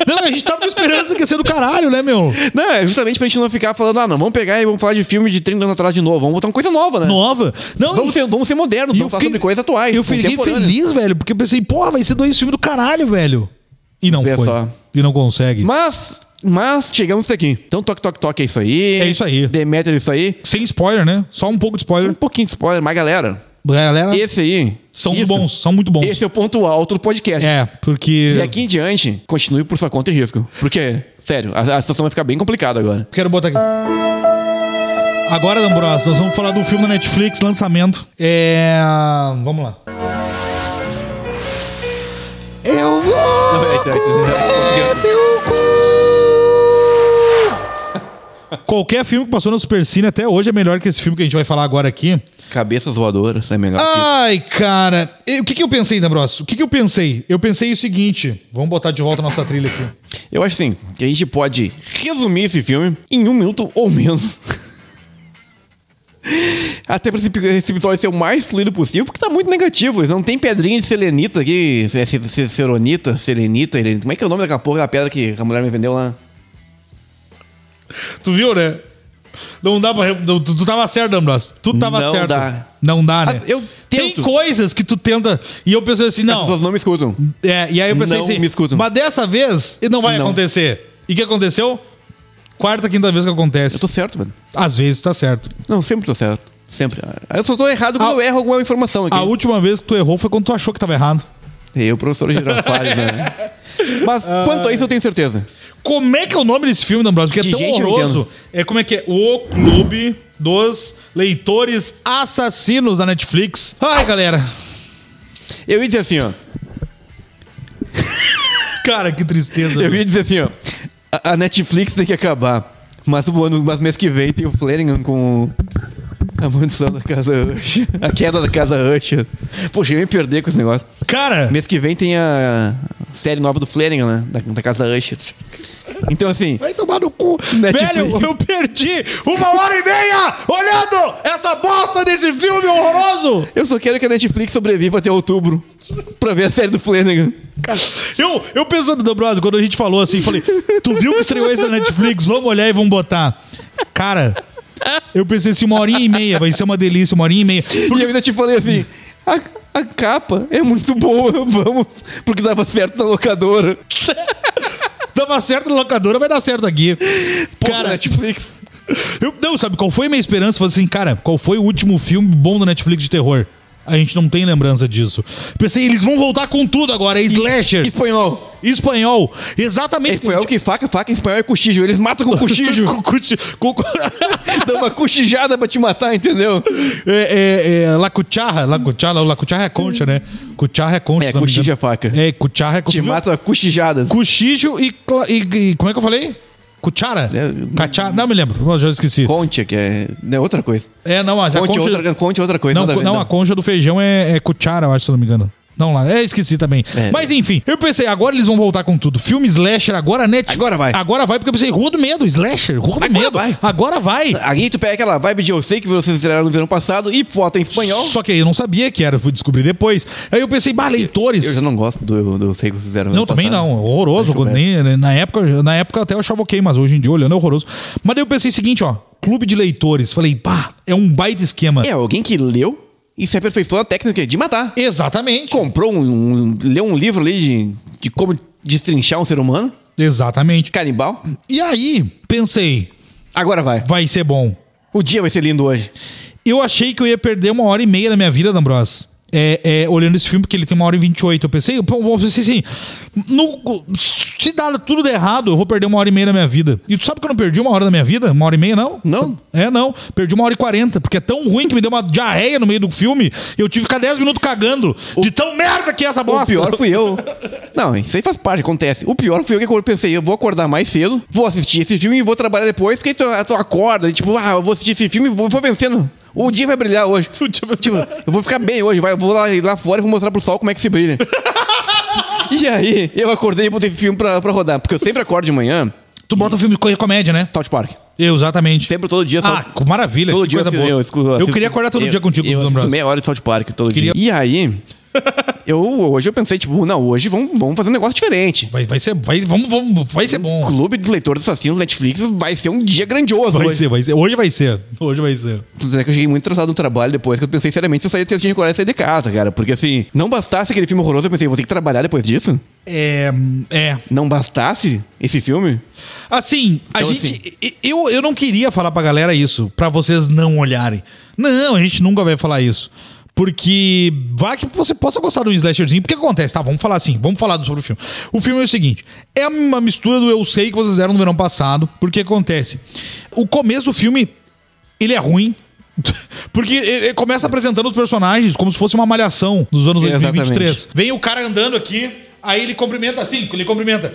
S2: Não, a gente tava com esperança que ia ser do caralho, né, meu?
S1: não, é justamente pra gente não ficar falando, ah, não, vamos pegar e vamos falar de filme de 30 anos atrás de novo. Vamos botar uma coisa nova, né?
S2: Nova. Não,
S1: Vamos, ser, vamos ser modernos,
S2: e
S1: vamos falar sobre coisas atuais.
S2: Eu fiquei
S1: contemporâneas.
S2: feliz, velho, porque eu pensei, porra, vai ser dois filmes do caralho, velho. E não
S1: Vê
S2: foi.
S1: só.
S2: E não consegue.
S1: Mas, mas chegamos aqui. Então, toque, toque, toque é isso aí.
S2: É isso aí.
S1: Demeter é isso aí.
S2: Sem spoiler, né? Só um pouco de
S1: Um
S2: spoiler.
S1: pouquinho de spoiler, mas galera,
S2: Galera,
S1: esse aí.
S2: são os
S1: isso-
S2: bons, são muito bons.
S1: Esse é o ponto alto do podcast.
S2: É, porque.
S1: E aqui em diante, continue por sua conta e risco. Porque, sério, a, a situação vai ficar bem complicada agora.
S2: Quero botar aqui. Agora, D'Ambrosio, nós vamos falar do filme da Netflix, lançamento. É. Vamos lá. Eu vou
S1: Não, é, tá, tá,
S2: comer teu cu! Qualquer filme que passou no Super Cine até hoje é melhor que esse filme que a gente vai falar agora aqui.
S1: Cabeças voadoras é
S2: Ah,
S1: melhor que
S2: Ai, cara. E o que, que eu pensei, Dambros? O que, que eu pensei? Eu pensei o seguinte. Vamos botar de volta a nossa trilha aqui.
S1: Eu acho assim, que a gente pode resumir esse filme em um minuto ou menos. [laughs] Até pra esse epi- esse episódio ser o mais fluido possível, porque tá muito negativo. Eles não tem pedrinha de selenita aqui, se- se- se- seronita, selenita, helenita. Como é que é o nome daquela porra da pedra que a mulher me vendeu lá?
S2: [laughs] Tu viu, né? Não dá pra... re- não, Tu, tu tava certo, Dambros. Tu tava
S1: Não
S2: certo.
S1: dá.
S2: Não dá, né?
S1: Ah, eu
S2: Tem
S1: tento.
S2: coisas que tu tenta... E eu pensei assim,
S1: As
S2: não...
S1: pessoas não me escutam.
S2: É, e aí eu pensei
S1: Não
S2: assim,
S1: me escutam.
S2: mas dessa vez não vai
S1: Não.
S2: acontecer. E o que aconteceu? Quarta, quinta vez que acontece.
S1: Eu tô certo, mano.
S2: Às vezes tá certo.
S1: Não, sempre tô certo. Sempre. Ah, Eu só tô errado quando
S2: A-
S1: eu erro alguma informação aqui.
S2: A última vez que tu errou foi quando tu achou que tava errado.
S1: Eu, professor Girafales, né?
S2: [laughs]
S1: Mas quanto a isso eu tenho certeza.
S2: Como é que é o nome desse filme, Dambrado? Porque é
S1: De
S2: tão
S1: gente eu
S2: horroroso.
S1: entendo.
S2: É como é que é? O Clube dos Leitores Assassinos da Netflix. Ai, galera.
S1: Eu ia dizer assim, ó.
S2: Cara, que tristeza.
S1: Eu ia dizer assim, ó. A, a Netflix tem que acabar. Mas o ano, mas mês que vem tem o Flanagan com a mansão da Casa Rusher. A queda da Casa Rusher. Poxa, eu ia me perder com esse negócio.
S2: Cara,
S1: Mês que vem tem a série nova do Flanagan, né? Da, da Casa Rusher. Então, assim,
S2: vai tomar no cu.
S1: Netflix.
S2: Velho, eu perdi uma hora e meia olhando essa bosta desse filme horroroso.
S1: eu só quero que a Netflix sobreviva até outubro pra ver a série do Flanagan.
S2: Eu, eu pensando, Dobrosa, quando a gente falou assim, falei, tu viu que estreou esse na Netflix? Vamos olhar e vamos botar. Cara, eu pensei assim, uma horinha e meia, vai ser uma delícia, uma horinha e meia.
S1: E eu ainda te falei assim: a, a capa é muito boa, [laughs] vamos. Porque dava certo na locadora.
S2: Dava certo na locadora, vai dar certo aqui.
S1: Porra,
S2: Cara,
S1: Netflix.
S2: eu, não, sabe qual foi a minha esperança? Falei assim, cara, qual foi o último filme bom da Netflix de terror? A gente não tem lembrança disso. Pensei, eles vão voltar com tudo agora, é slasher,
S1: Espanhol.
S2: espanhol, exatamente.
S1: Espanhol É, que faca, faca em espanhol é cochicho. Eles matam [laughs] com cochicho.
S2: [laughs] Com- com- com-
S1: Dá uma cochijada pra te matar, entendeu?
S2: É, é, é, la cucharra, la cucharra, la cucharra é a concha, né? Cucharra é a concha.
S1: É,
S2: se não me
S1: cuchicho
S2: engano.
S1: é faca.
S2: É, cucharra é
S1: Te
S2: concha.
S1: matam a cochijadas.
S2: Cuchicho e, cla- e- e- Como é que eu falei? Cuchara?
S1: É,
S2: Cachara? Não, me lembro, eu já esqueci.
S1: Conte, que é, é outra coisa.
S2: É, não, mas
S1: Conte,
S2: a concha...
S1: outra, conte outra coisa.
S2: Não,
S1: nada a
S2: co-
S1: ver,
S2: não, a concha do feijão é, é cuchara, eu acho, se não me engano. Não, lá, é, esqueci também.
S1: É.
S2: Mas enfim, eu pensei, agora eles vão voltar com tudo. Filme slasher, agora Netflix.
S1: Agora vai.
S2: Agora vai, porque eu pensei, Rua do Medo, slasher, Rua do
S1: Agora
S2: Medo.
S1: vai.
S2: Agora vai.
S1: Aí tu pega aquela vibe de eu sei que vocês estrearam no verão passado e foto em espanhol.
S2: Só que aí eu não sabia que era, eu fui descobrir depois. Aí eu pensei, bah, leitores.
S1: Eu já não gosto do, do eu sei que vocês fizeram no
S2: Não,
S1: verão
S2: também
S1: passado.
S2: não. Horroroso.
S1: Acho
S2: Nem, né, na, época, na época até eu achava ok, mas hoje em dia olhando é horroroso. Mas daí eu pensei o seguinte, ó. Clube de leitores. Falei, pá, é um baita esquema.
S1: É alguém que leu e se aperfeiçoou na técnica de matar.
S2: Exatamente.
S1: Comprou um, um- Leu um livro ali de, de como destrinchar um ser humano.
S2: Exatamente.
S1: Canibal.
S2: E aí, pensei,
S1: Agora vai.
S2: vai ser bom.
S1: O dia vai ser lindo hoje.
S2: Eu achei que eu ia perder uma hora e meia da minha vida, D'Ambros. É, é, olhando esse filme, porque ele tem uma hora e 28. Eu pensei, pô, eu pensei assim, no- se dar tudo de errado, eu vou perder uma hora e meia da minha vida. E tu sabe que eu não perdi uma hora da minha vida? Uma hora e meia, não?
S1: Não.
S2: É, não. Perdi uma hora e quarenta, porque é tão ruim que me deu uma diarreia no meio do filme. Eu tive que ficar 10 minutos cagando de tão merda que é essa bosta.
S1: O pior fui eu. [laughs] Não, isso aí faz parte, acontece. O pior fui eu que eu pensei, eu vou acordar mais cedo, vou assistir esse filme e vou trabalhar depois, porque tu, tu acorda, e tipo, ah, eu vou assistir esse filme e vou, vou vencendo. [laughs] O dia vai brilhar hoje. tipo, eu vou ficar bem hoje, vai, eu vou lá, ir lá fora e vou mostrar pro sol como é que se [laughs] brilha. e aí, eu acordei e botei esse filme pra, pra rodar, porque eu sempre acordo de manhã,
S2: Tu bota um filme de coisa comédia, né?
S1: South Park.
S2: Eu, exatamente.
S1: Sempre, todo dia,
S2: Ah,
S1: South-
S2: co- maravilha.
S1: Todo
S2: que
S1: dia
S2: coisa
S1: eu,
S2: boa.
S1: eu
S2: Eu,
S1: escuto- assisto-
S2: queria acordar todo
S1: eu-
S2: dia contigo,
S1: Eu assisto
S2: D'Ambros.
S1: meia hora de South Park todo
S2: Queria-
S1: dia. E [laughs] aí, eu, hoje eu pensei, tipo, não, hoje vamos, vamos fazer um negócio diferente.
S2: Vai, vai ser, vai, vamos, vamos, vai ser bom.
S1: Clube dos Leitores Assassinos Netflix vai ser um dia grandioso.
S2: Vai
S1: hoje.
S2: ser, vai ser. Hoje vai ser. Hoje vai ser.
S1: Tanto é que eu cheguei muito atrasado no trabalho depois, que eu pensei seriamente se eu saía, se eu tinha coragem de sair de casa, cara. Porque assim, não bastasse aquele filme horroroso, eu pensei, vou ter que trabalhar depois disso?
S2: É. É.
S1: Não bastasse esse filme?
S2: Assim, a
S1: Então,
S2: gente. e- Eu, eu não queria falar pra galera isso, pra vocês não olharem. Não, a gente nunca vai falar isso. Porque vai que você possa gostar do slasherzinho. Porque acontece, tá? Vamos falar assim, vamos falar sobre o filme. O filme é o seguinte: é uma mistura do eu sei que vocês fizeram no verão passado. Porque acontece. O começo do filme, ele é ruim. [laughs] Porque ele ele começa apresentando os personagens como se fosse uma malhação dos anos 2023.
S1: Exatamente.
S2: Vem o cara andando aqui. Aí ele cumprimenta assim, ele cumprimenta.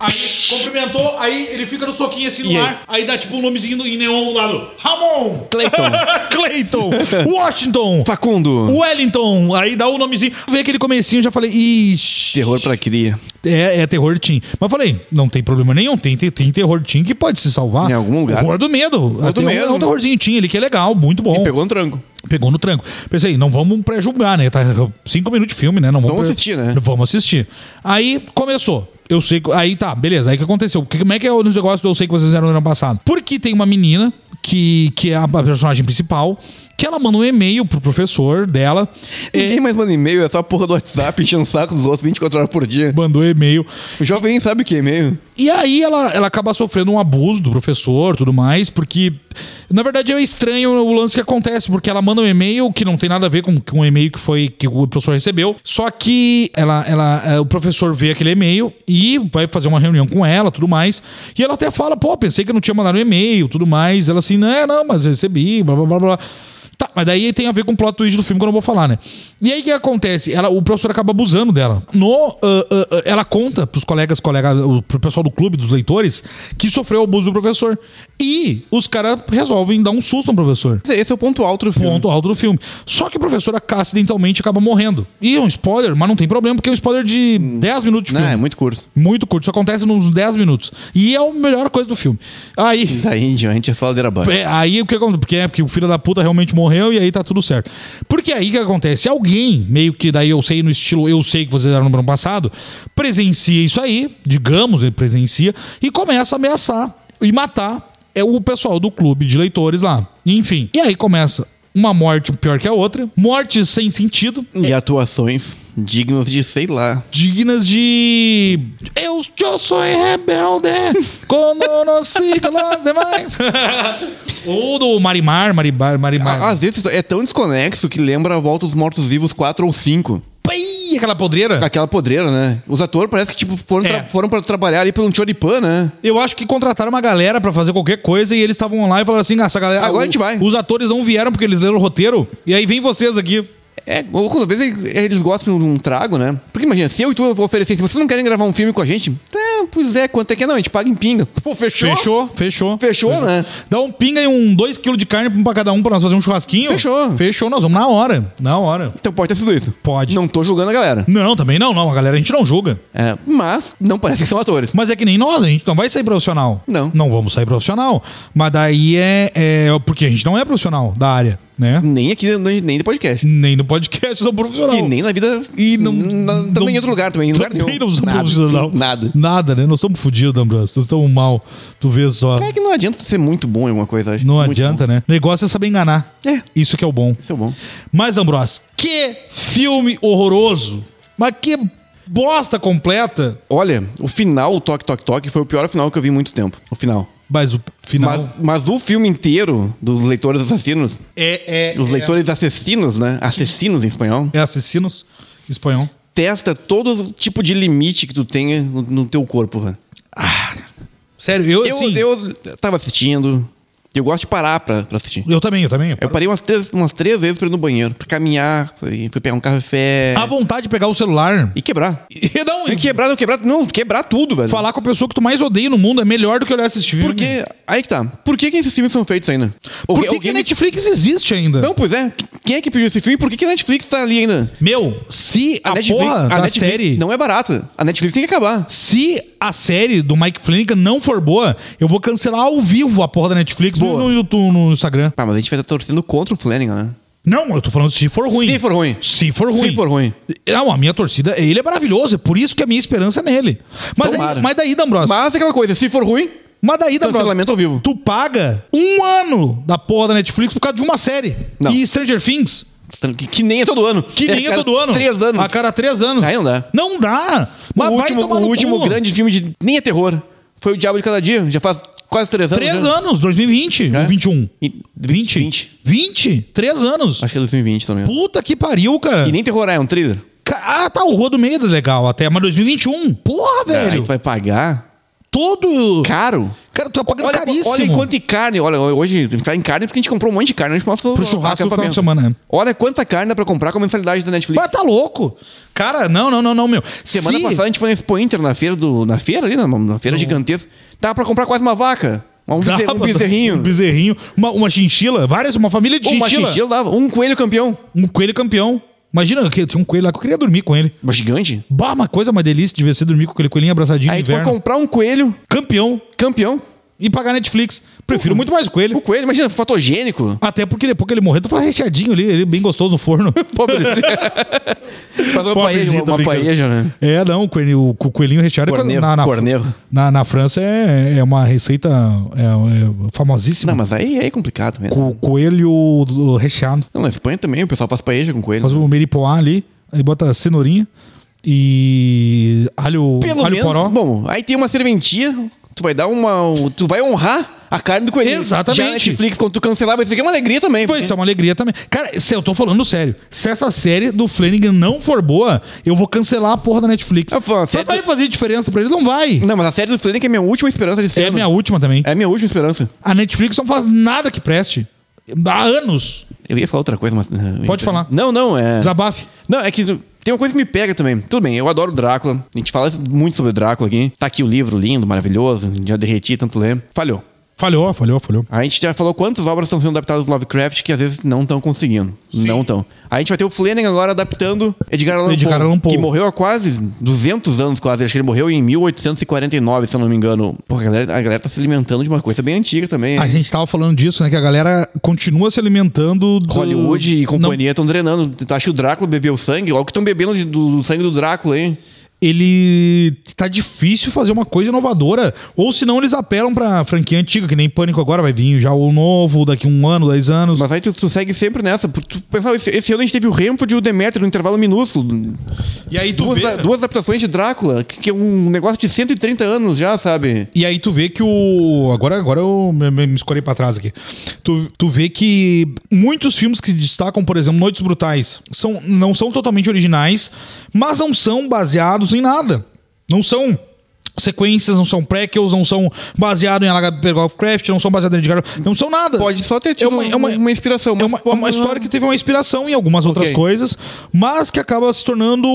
S2: Aí cumprimentou, aí ele fica no soquinho assim no
S1: E aí?
S2: ar, aí dá tipo um nomezinho em neon do lado. Ramon!
S1: Clayton.
S2: [laughs] Clayton! Washington!
S1: Facundo.
S2: Wellington! Aí dá o nomezinho. Vê aquele comecinho, eu já falei, ixi.
S1: Terror pra cria.
S2: É, é terror teen. Mas falei, não tem problema nenhum. Tem, tem, tem terror teen que pode se salvar.
S1: Em algum lugar.
S2: Horror do medo. Horror
S1: do medo.
S2: É um terrorzinho teen ali que é legal, muito bom. Pegou.
S1: Pegou no tranco.
S2: no tranco. Pensei, não vamos pré-julgar, né? Tá cinco minutos de filme, né? Não vamos,
S1: Vamos
S2: pré-
S1: assistir, né?
S2: Vamos assistir. Aí começou. Eu sei. que- Aí tá, beleza. Aí o que aconteceu? Que- Como é que é o negócio do Eu Sei Que Vocês Fizeram no ano passado? Porque tem uma menina que, que é a a personagem principal que ela manda um e-mail pro professor dela. É,
S1: Ninguém mais manda e-mail, é só a porra do WhatsApp enchendo o saco dos outros 24 horas por dia.
S2: mandou um e-mail.
S1: O jovem nem sabe o que é e-mail.
S2: E aí ela, ela acaba sofrendo um abuso do professor tudo mais, porque. Na verdade é estranho o lance que acontece, porque ela manda um e-mail que não tem nada a ver com, com o e-mail que foi que o professor recebeu. Só que ela, ela, eh, o professor vê aquele e-mail e vai fazer uma reunião com ela tudo mais. E ela até fala, pô, pensei que eu não tinha mandado um e-mail tudo mais. Ela assim, não, não, mas eu recebi, blá blá blá blá. Tá, mas daí tem a ver com o plot twist do filme que eu não vou falar, né? E aí o que acontece? Ela, o professor acaba abusando dela. No, ah, ah, ah, ela conta pros colegas, colega, o, pro pessoal do clube, dos leitores, que sofreu o abuso do professor. E os caras resolvem dar um susto no professor.
S1: Esse- Esse é o ponto alto do filme.
S2: Ponto alto do filme. Só que o professor ac- acidentalmente acaba morrendo. E é um spoiler, mas não tem problema, porque é um spoiler de 10 minutos de
S1: Não,
S2: filme.
S1: é muito curto.
S2: Muito curto, isso acontece nos 10 minutos. E é a melhor coisa do filme. Aí.
S1: Daí em diante é só ladeira abaixo.
S2: É, aí o que acontece? Porque, é, porque o filho da puta realmente morreu e aí tá tudo certo. Porque aí o que acontece? Alguém, meio que daí eu sei no estilo eu sei que vocês eram no ano passado, presencia isso aí, digamos, ele presencia, e começa a ameaçar e matar é o pessoal do clube de leitores lá. Enfim. E aí começa uma morte pior que a outra, mortes sem sentido,
S1: E atuações dignas de, sei lá,
S2: dignas de. Eu, eu sou rebelde, como não sigo os [laughs] demais. Ou do Marimar, Maribar, Marimar.
S1: Às vezes é tão desconexo que lembra a volta dos mortos-vivos 4 ou 5.
S2: Pai, aquela podreira.
S1: Aquela podreira, né? Os atores parece que tipo, foram,
S2: É.
S1: tra- foram pra trabalhar ali pelo Choripan, né?
S2: Eu acho que contrataram uma galera pra fazer qualquer coisa e eles estavam lá e falaram assim: "Ah, essa galera.
S1: Agora
S2: o-
S1: a gente vai."
S2: Os atores não vieram porque eles leram o roteiro. E aí vem vocês aqui.
S1: É, ou quando às vezes eles- eles gostam de um trago, né? Porque imagina, se eu e tu oferecer, se vocês não querem gravar um filme com a gente, tá, pois é, quanto é que é? Não, a gente paga em pinga. Pô, fechou?
S2: Fechou, fechou.
S1: Fechou, né?
S2: Dá um pinga e um 2kg de carne pra cada um pra nós fazer um churrasquinho.
S1: Fechou.
S2: Fechou, nós vamos na hora. Na hora.
S1: Então pode ter sido isso.
S2: Pode.
S1: Não tô julgando a galera.
S2: Não, também não, não. A galera a gente não julga.
S1: É, mas não parece que são atores.
S2: Mas é que nem nós, a gente não vai sair profissional.
S1: Não.
S2: Não vamos sair profissional. Mas daí é, é- Porque a gente não é profissional da área, né?
S1: Nem aqui, nem no podcast.
S2: Nem no podcast eu sou profissional.
S1: E nem na vida. hum,
S2: E não-
S1: na- também
S2: não-
S1: em outro lugar, também em lugar
S2: Também
S1: nenhum.
S2: não somos
S1: Nada.
S2: profissional.
S1: Nada.
S2: Nada, né? Nós estamos fodidos, Ambrose. Nós estamos mal. Tu vê só.
S1: É que não adianta ser muito bom em alguma coisa, acho.
S2: Não
S1: Muito
S2: adianta, né? O negócio é saber enganar.
S1: bom. É,
S2: Isso que é o bom.
S1: isso é bom.
S2: Mas, Ambrose, que filme horroroso. Mas que bosta completa.
S1: Olha, o final, o Toque Toque Toque, foi o pior final que eu vi em muito tempo. O final.
S2: Mas o final
S1: Mas, mas o filme inteiro dos leitores assassinos,
S2: é... é
S1: os
S2: é-
S1: leitores assassinos, né? Assassinos em espanhol,
S2: É assassinos espanhol.
S1: testa todo tipo de limite que tu tenha no, no teu corpo, velho.
S2: Sério, eu,
S1: Eu,
S2: assim, eu,
S1: eu tava assistindo, eu gosto de parar pra, pra assistir.
S2: também, eu também.
S1: Eu parei umas três, umas três vezes pra ir no banheiro, pra caminhar, fui fui pegar um café
S2: A vontade de pegar o celular
S1: e quebrar.
S2: e dar um-
S1: E quebrar, não, quebrar, não, quebrar tudo, velho.
S2: falar com a pessoa que tu mais odeia no mundo é melhor do que olhar esses filmes.
S1: Porque. Aí que tá. Por que, que esses filmes são feitos ainda?
S2: Por
S1: Alguém-
S2: que, que
S1: alguém-
S2: Netflix existe ainda?
S1: Não, pois é. Qu- Quem é que pediu esse filme? Por que, que a Netflix tá ali ainda?
S2: Meu, se a, porra da
S1: Netflix
S2: série...
S1: Não é barata. A Netflix tem que acabar.
S2: Se a série do Mike Flanagan não for boa, eu vou cancelar ao vivo a porra da Netflix no,
S1: Boa.
S2: no YouTube, no Instagram.
S1: Ah, mas a gente vai estar torcendo contra o Flanagan, né?
S2: Não, eu tô falando se for ruim.
S1: Se for ruim.
S2: Se for ruim.
S1: Se for ruim.
S2: Não, a minha torcida, ele é maravilhoso, é por isso que a minha esperança é nele. Mas,
S1: Tomara.
S2: aí, mas daí, D'Ambrosio, mas,
S1: Mas é aquela coisa, se for ruim,
S2: daí, D'Ambrosio,
S1: cancelamento ao vivo.
S2: tu paga um ano da porra da Netflix por causa de uma série.
S1: Não.
S2: E Stranger Things,
S1: Que, que nem é todo ano.
S2: que nem é
S1: cada
S2: todo ano.
S1: Três anos.
S2: A cada três anos.
S1: Aí não dá.
S2: Não dá.
S1: O
S2: Mas vai
S1: último,
S2: tomar
S1: o
S2: no
S1: último
S2: cu.
S1: grande filme de. Nem é terror. Foi o Diabo de Cada Dia. Já faz quase três anos. né?
S2: Três
S1: já.
S2: anos, 2020
S1: É.
S2: ou 21?
S1: E-
S2: 20?
S1: 20.
S2: 20? Três anos.
S1: Acho que é 2020 também.
S2: Puta que pariu, cara.
S1: E nem terror é, é um thriller.
S2: Ca- Ah, tá, o Rodo Medo é legal até, mas 2021? Porra,
S1: Aí
S2: velho.
S1: tu vai pagar
S2: todo.
S1: Caro.
S2: Cara, tu tá pagando
S1: olha,
S2: caríssimo.
S1: Olha quanto de carne. Olha, hoje tá em carne porque a gente comprou um monte de carne. A gente mostra
S2: Pro
S1: é
S2: churrasco do final de semana, né?
S1: Olha quanta carne dá pra comprar com a mensalidade da Netflix.
S2: Mas tá louco. Cara, não, não, não, não, meu.
S1: Semana
S2: Se-
S1: passada a gente foi na Expo Inter, na feira, do, na feira ali, na, na feira gigantesca. Tava pra comprar quase uma vaca. Um,
S2: dava
S1: bezerro, um bezerrinho.
S2: Um bezerrinho. Uma, uma chinchila, várias, uma família de
S1: Uma
S2: chinchila.
S1: chinchila dava. Um coelho campeão.
S2: Um coelho campeão. Imagina, que tem um coelho lá que eu queria dormir com ele.
S1: Mas gigante.
S2: Bah, uma coisa mais delícia de você dormir com aquele coelhinho abraçadinho no
S1: Aí tu pode
S2: inverno.
S1: comprar um coelho
S2: Campeão
S1: campeão.
S2: e pagar Netflix. Prefiro muito mais o coelho.
S1: O coelho, imagina, fotogênico.
S2: Até porque depois que ele morrer, tu faz recheadinho ali, ele é bem gostoso
S1: [laughs]
S2: no forno.
S1: Pobre.
S2: [laughs]
S1: Fazer uma paeja,
S2: Pobrezinho, tô
S1: uma, uma
S2: brincando.
S1: paeja, né?
S2: É, não, o coelhinho, o coelhinho recheado é
S1: Corneiro,
S2: na, na,
S1: corneiro.
S2: na, na França é, é uma receita é, é famosíssima.
S1: Não, mas aí aí é complicado mesmo.
S2: Com o coelho do- recheado.
S1: Não, na Espanha também, o pessoal faz paeja com coelho.
S2: Faz o meripoá ali, aí bota cenourinha e alho,
S1: Pelo
S2: um alho
S1: menos.
S2: poró.
S1: Bom, aí tem uma serventia, tu vai dar uma. Tu vai honrar a carne do coelhinho.
S2: Exatamente.
S1: Já a Netflix, quando tu cancelar, vai ser uma alegria também.
S2: Pois, isso é uma alegria também. Cara, se eu tô falando sério, se essa série do Flanagan não for boa, eu vou cancelar a porra da Netflix.
S1: Ah, pô, a
S2: Mas
S1: série
S2: vai
S1: do-
S2: fazer diferença pra eles? Não vai.
S1: Não, mas a série do Flanagan é minha última esperança de ser.
S2: É a minha última também.
S1: É a minha última esperança.
S2: A Netflix não faz nada que preste. Há anos.
S1: Eu ia falar outra coisa, mas.
S2: Pode falar.
S1: Não, não, é.
S2: Desabafe.
S1: Não, é que tem uma coisa que me pega também. Tudo bem, eu adoro Drácula. A gente fala muito sobre Drácula aqui. Tá aqui o livro lindo, maravilhoso. Já derreti tanto ler. Falhou.
S2: Falhou, falhou, falhou.
S1: A gente já falou quantas obras estão sendo adaptadas do Lovecraft que às vezes não estão conseguindo. Não estão. A gente vai ter o Flanagan agora adaptando Edgar Allan,
S2: Edgar
S1: Poe,
S2: Allan Poe.
S1: Que morreu há quase 200 anos, quase. Acho que ele morreu em 1849, se eu não me engano. Pô, a galera, a galera tá se alimentando de uma coisa bem antiga também.
S2: A gente tava falando disso, né? Que a galera continua se alimentando do...
S1: Hollywood e companhia estão drenando. Tu acha que o Drácula bebeu sangue? Olha o que estão bebendo de- do, do sangue do Drácula, hein?
S2: ele tá difícil fazer uma coisa inovadora. Ou senão eles apelam pra franquia antiga, que nem Pânico agora vai vir já o novo, daqui um ano, dez anos.
S1: Mas aí tu, tu segue sempre nessa. Tu pensava, esse, esse ano a gente teve o Renford e o Demeter no intervalo minúsculo.
S2: E aí tu
S1: Duas,
S2: vê...
S1: duas adaptações de Drácula, que, que é um negócio de 130 anos já, sabe?
S2: E aí tu vê que o... Agora, agora eu me, me me escorei pra trás aqui. Tu, tu vê que muitos filmes que se destacam, por exemplo, Noites Brutais, são, não são totalmente originais, mas não são baseados em nada. Não são sequências, não são prequels, não são baseados em H.P. Lovecraft, não são baseados em Edgar... Allan- Não são nada.
S1: Pode só ter tido um,
S2: É uma- é uma-
S1: uma inspiração.
S2: É
S1: mas,
S2: uma,
S1: pô,
S2: é uma
S1: mas-
S2: história que teve uma inspiração em algumas outras
S1: Ok.
S2: coisas, mas que acaba se tornando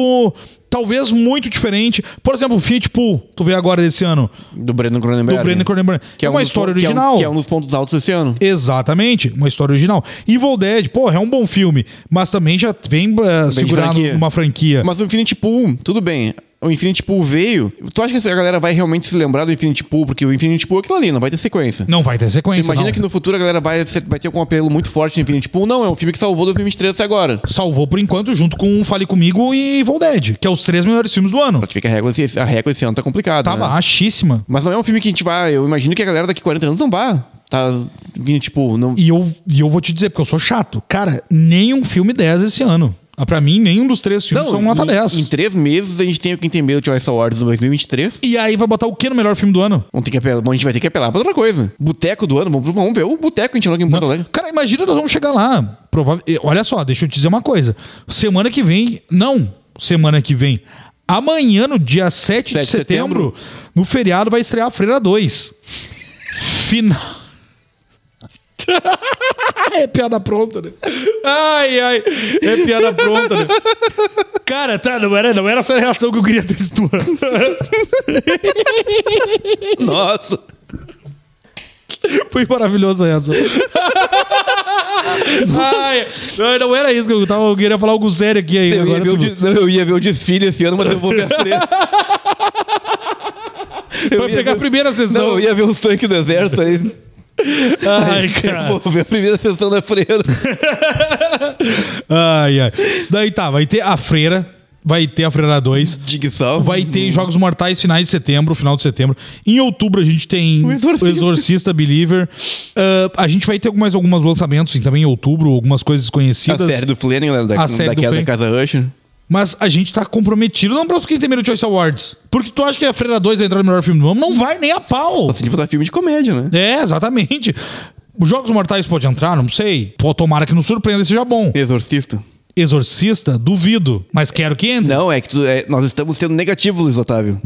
S2: talvez muito diferente. Por exemplo, o Fiat Pool, tu vê agora desse ano,
S1: Do Breno Cronenberg.
S2: do Brandon Cronenberg.
S1: Que é
S2: uma
S1: um dos
S2: história
S1: pon- que é um-
S2: original.
S1: Que é, um, dos pontos altos desse ano.
S2: Exatamente, uma história original. Evil Dead, porra, é um bom filme, mas também já vem eh, segurado
S1: franquia.
S2: numa franquia.
S1: Mas o Infinity Pool, tudo bem. O Infinity Pool veio. Tu acha que essa galera vai realmente se lembrar do Infinity Pool? Porque o Infinity Pool é aquilo ali, não vai ter sequência.
S2: Não vai ter sequência.
S1: Imagina
S2: não.
S1: que no futuro a galera vai, ser- vai ter algum apelo muito forte no Infinity Pool. Não, é um filme que salvou 2023 até agora.
S2: Salvou por enquanto, junto com Fale Comigo e Evil Dead, que é os três melhores filmes do ano.
S1: Pra te ver que a régua, esse- a régua esse ano tá complicada.
S2: Tá
S1: né?
S2: baixíssima.
S1: Mas não é um filme que a gente vai. Eu imagino que a galera daqui 40 anos não vá. Tá. Infinity Pool. Não,
S2: E eu, e eu vou te dizer, porque eu sou chato. Cara, nenhum filme 10 esse ano. Ah, Pra mim, nenhum dos três filmes são é nota
S1: em-
S2: 10.
S1: Em, três meses a gente tem o Quem Tem Medo de Choice Awards 2023.
S2: E aí vai botar o que no melhor filme do ano?
S1: Vamos ter que apelar, a gente vai ter que apelar pra outra coisa. Boteco do ano, vamos, vamos ver o boteco que a gente joga em Porto Alegre.
S2: Então, Cara, imagina nós vamos chegar lá. Prova- e, Olha só, deixa eu te dizer uma coisa. Semana que vem. Não, semana que vem. Amanhã, no dia
S1: Sete
S2: 7, de
S1: de
S2: setembro, no feriado, vai estrear a Freira 2. Final. é piada pronta, né? Ai, ai. É piada pronta, né? Cara, tá, não era, não era essa a reação que eu queria ter de tua.
S1: [laughs] Nossa!
S2: Foi maravilhosa essa. [laughs] Ai, não, não era isso que eu tava. Eu queria falar algo sério aqui aí.
S1: Eu ia,
S2: Agora
S1: ver o,
S2: tu-
S1: de- não, eu ia ver o desfile esse ano, mas eu vou ver
S2: [laughs]
S1: a três. Eu
S2: Vai
S1: ia
S2: pegar a
S1: ver-
S2: primeira
S1: Não,
S2: sessão.
S1: eu ia ver os tanques do exército aí.
S2: [laughs] Ai, cara.
S1: Vou ver a primeira sessão da freira.
S2: Ai, ai. Daí tá, vai ter a freira. Vai ter a Freira 2.
S1: Digsal.
S2: Vai ter Jogos Mortais finais de setembro, final de setembro. Em outubro a gente tem o Exorcista,
S1: Exorcista.
S2: Believer. Ah, a gente vai ter mais alguns lançamentos sim, também em outubro, algumas
S1: A
S2: coisas desconhecidas.
S1: série do Flanagan, né, da,
S2: A série do
S1: daquela da
S2: Flanagan.
S1: Casa Rush.
S2: Mas a gente tá comprometido não para os Primeiro Choice Awards. Porque tu acha que a Freira 2 vai entrar no melhor filme do ano? Não vai nem a pau.
S1: Nossa, tipo, tá filme de comédia, né?
S2: É, exatamente. Os Jogos Mortais pode entrar, não sei. Pô, tomara que não surpreenda e seja bom.
S1: Exorcista.
S2: Exorcista, duvido, mas quero que entre. [laughs]
S1: Não, é que tu- é, nós estamos tendo negativos, Luiz Otávio.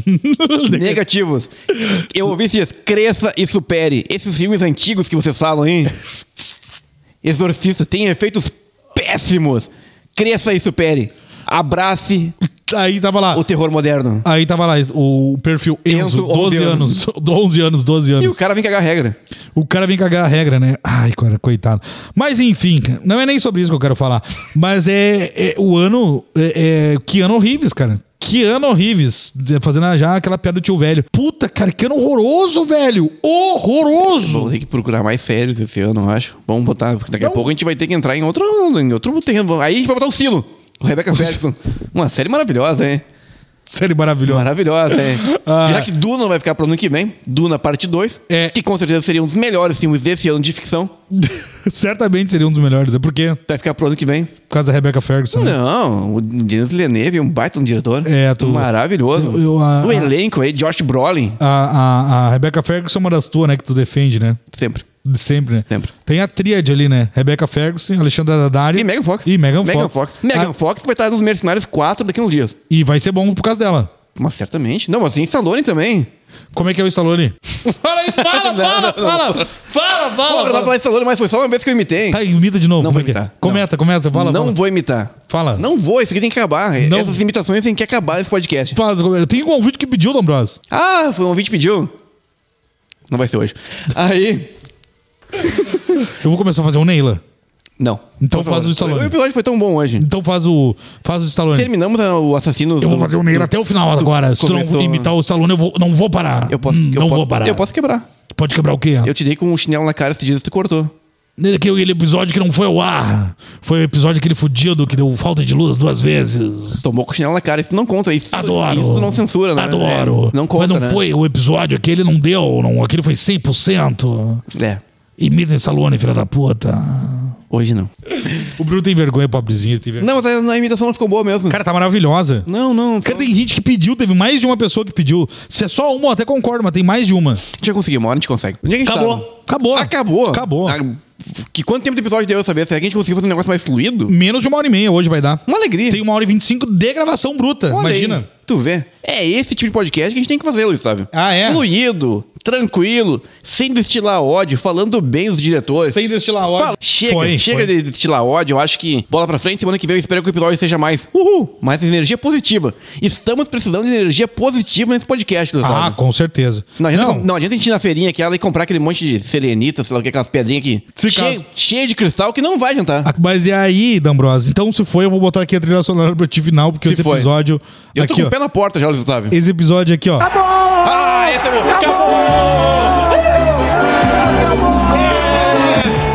S1: negativos. Eu ouvi esses cresça e supere. Esses filmes antigos que vocês falam, hein? Exorcista tem efeitos péssimos. Cresça e supere. Abrace
S2: Aí tava lá.
S1: o terror moderno.
S2: Aí tava lá o perfil Enzo,
S1: Enzo, 11
S2: 12 anos. [laughs] 11 anos, 12
S1: E o
S2: anos.
S1: cara vem cagar a regra.
S2: O cara vem cagar a regra, né? Ai, cara, coitado. Mas enfim, cara, não é nem sobre isso que eu quero falar. Mas é, é o ano. É, é, que ano horríveis, cara. Que ano horríveis. De- Fazendo já aquela piada do tio velho. Puta, cara, que ano horroroso, velho. Horroroso.
S1: Vamos ter que procurar mais séries esse ano, eu acho. Vamos botar, porque daqui
S2: Não.
S1: a pouco a gente vai ter que entrar em outro, em outro terreno. Aí a gente vai botar o Silo. O Rebecca Ferguson. Uma série maravilhosa, hein?
S2: Série maravilhosa.
S1: Maravilhosa, hein?
S2: Ah.
S1: Já que Duna vai ficar pro ano que vem, Duna parte 2,
S2: É.
S1: que com certeza seria um dos melhores filmes desse ano de ficção,
S2: [laughs] Certamente seria um dos melhores. É por quê?
S1: vai ficar pro ano que vem.
S2: Por causa da Rebecca Ferguson. né?
S1: Não, o Denis Villeneuve é um baita um diretor.
S2: É, tu-
S1: Maravilhoso.
S2: Eu- eu, a-
S1: o
S2: a-
S1: elenco aí, Josh Brolin,
S2: A, a, a Rebecca Ferguson é uma das tuas, né? Que tu defende, né?
S1: sempre.
S2: De sempre, né?
S1: Sempre.
S2: Tem a tríade ali, né? Rebecca Ferguson, Alexandra Daddario.
S1: E Megan Fox.
S2: E Megan,
S1: Megan
S2: Fox.
S1: Fox. Megan
S2: Ah,
S1: Fox vai estar nos Mercenários 4 daqui a uns dias.
S2: e vai ser bom por causa dela.
S1: Mas certamente. Não, mas tem Stallone também.
S2: Como é que é o
S1: [laughs]
S2: Stallone? fala aí, fala, fala, fala, fala,
S1: Pô, eu
S2: fala,
S1: tava falando Stallone, mas foi só uma vez que eu imitei.
S2: Tá, imita de novo.
S1: Não
S2: como é
S1: vou
S2: que é?
S1: imitar.
S2: Comenta, começa, fala,
S1: Não
S2: fala.
S1: vou imitar.
S2: Fala.
S1: Não vou, isso aqui tem que acabar.
S2: Não-
S1: Essas imitações tem que acabar esse podcast.
S2: Faz, comenta. tem um vídeo que pediu, Lombros.
S1: Ah, foi um ouvinte que pediu. Não vai ser hoje. Aí.
S2: Eu vou começar a fazer o Neila.
S1: Não.
S2: Então
S1: Por favor.
S2: faz o Stallone.
S1: O episódio foi tão bom hoje.
S2: Então faz o, faz o Stallone.
S1: Terminamos ah, o assassino.
S2: Eu vou fazer o Neila até o final agora. Se tu não
S1: começou-
S2: imitar o Stallone, eu vou- não vou parar.
S1: Eu posso, eu
S2: não
S1: posso,
S2: vou parar.
S1: Eu posso quebrar.
S2: Pode quebrar o quê?
S1: Eu te dei com um chinelo na cara esse dia e tu cortou.
S2: Aquele episódio que não foi ao ar. Foi o episódio aquele fudido que deu falta de luz duas vezes.
S1: Tomou com o chinelo na cara. Isso não conta. Isso,
S2: Adoro.
S1: Isso tu não censura, né?
S2: Adoro.
S1: É, não conta,
S2: Mas não
S1: né?
S2: foi o episódio, aquele não deu, não. Aquele foi 100%.
S1: É.
S2: Imita Stallone, filha da puta.
S1: Hoje não.
S2: O Bruno tem vergonha, pobrezinho. ele Tem vergonha.
S1: Não, mas a, a imitação não ficou boa mesmo.
S2: Cara, tá maravilhosa.
S1: Não, não.
S2: Cara, tem gente que pediu, teve mais de uma pessoa que pediu. Se é só uma, eu até concordo, mas tem mais de uma.
S1: Já conseguiu, uma hora a gente consegue. Onde é que a gente tava?
S2: Acabou.
S1: Acabou.
S2: Acabou.
S1: Ah, que quanto tempo de episódio deu essa vez? Será que a gente conseguiu fazer um negócio mais fluido?
S2: Menos de uma hora e meia hoje vai dar.
S1: Uma alegria.
S2: Tem uma hora e vinte e cinco de gravação bruta.
S1: Olha aí,
S2: Imagina.
S1: tu vê. É esse tipo de podcast que a gente tem que fazer, Luiz Sávio.
S2: Ah, é?
S1: Fluido, tranquilo, sem destilar ódio, falando bem dos diretores.
S2: Sem destilar hora.
S1: Fala- Chega,
S2: Foi,
S1: chega
S2: foi.
S1: de destilar ódio. Eu acho que bola pra frente. Semana que vem eu espero que o episódio seja mais. Uhul! Mais energia positiva. Estamos precisando de energia positiva nesse podcast, Luiz
S2: Ah,
S1: Sávio.
S2: com certeza.
S1: Não adianta, com- não adianta a gente ir na feirinha aquela e comprar aquele monte de selenita, sei lá o que, aquelas pedrinhas aqui.
S2: Se caso-
S1: Cheio, cheio de cristal que não vai adiantar.
S2: Ah, Mas e aí, D'Ambrosa? Então, se foi, eu vou botar aqui a trilha sonora pra ti final, porque
S1: Se
S2: esse
S1: foi.
S2: episódio.
S1: Eu tô
S2: aqui,
S1: com
S2: ó.
S1: o pé na porta já, Luiz Otávio.
S2: Esse episódio aqui, ó.
S1: Ah, esse é bom. Acabou!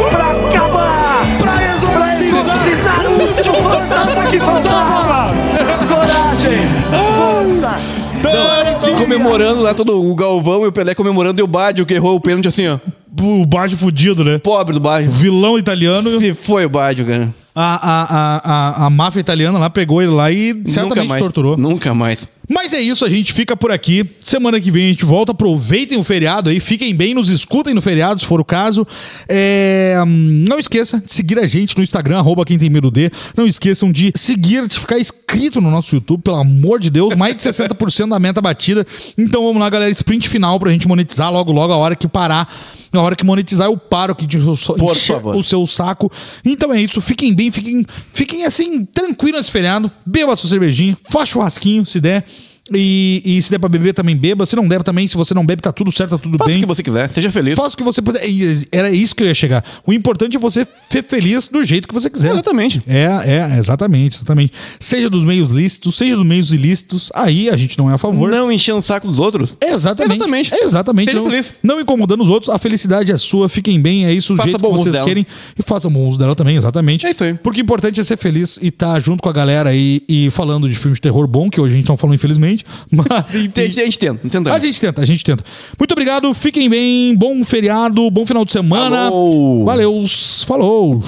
S3: pra acabar!
S4: Pra exorcizar o último fantasma que faltava!
S3: Coragem! Força!
S1: comemorando lá todo o Galvão e o Pelé comemorando e o Bádio que errou o pênalti assim, ó.
S2: O baixo fudido, né?
S1: Pobre do Bádio.
S2: Vilão italiano.
S1: Se foi o Bádio, cara.
S2: A, a, a, a, a máfia italiana lá pegou ele lá e
S1: Nunca
S2: certamente
S1: mais.
S2: torturou.
S1: Nunca mais.
S2: Mas é isso, a gente fica por aqui. Semana que vem a gente volta. Aproveitem o feriado aí, fiquem bem, nos escutem no feriado, se for o caso. É, hum, Não esqueça de seguir a gente no Instagram, arroba quem tem medo de. Não esqueçam de seguir, de ficar inscrito no nosso YouTube, pelo amor de Deus, mais de 60% da meta batida. Então vamos lá, galera, sprint final pra gente monetizar logo, logo, a hora que parar. Na hora que monetizar, eu paro aqui de
S1: Por favor.
S2: o seu saco. Então é isso, fiquem bem, fiquem, fiquem assim, tranquilos nesse feriado. Beba sua cervejinha, faça churrasquinho se der. E, e se der pra beber, também beba. Se não der também, se você não bebe, tá tudo certo, tá tudo
S1: Faça o
S2: bem.
S1: que você quiser, seja feliz.
S2: Faça o que você puder. E Era isso que eu ia chegar. O importante é você ser feliz do jeito que você quiser.
S1: Exatamente.
S2: É, é, exatamente, exatamente. Seja dos meios lícitos, seja dos meios ilícitos, aí a gente não é a favor.
S1: Não enchendo o saco dos outros.
S2: Exatamente.
S1: Exatamente.
S2: Exatamente.
S1: Seja
S2: Não,
S1: feliz.
S2: não incomodando os outros, a felicidade é sua, fiquem bem, é isso o
S1: Faça
S2: jeito que
S1: bom uso
S2: vocês
S1: dela.
S2: querem. E façam bom uso dela também, exatamente.
S1: É isso aí.
S2: Porque o importante é ser feliz e estar junto com a galera aí e falando de filme de terror bom, que hoje a gente não falou, infelizmente. [laughs] Mas
S1: A
S2: enfim.
S1: gente, a gente tenta, entendeu?
S2: A gente tenta, a gente tenta. Muito obrigado, fiquem bem, bom feriado, bom final de semana.
S1: Falou.
S2: Valeu, falou.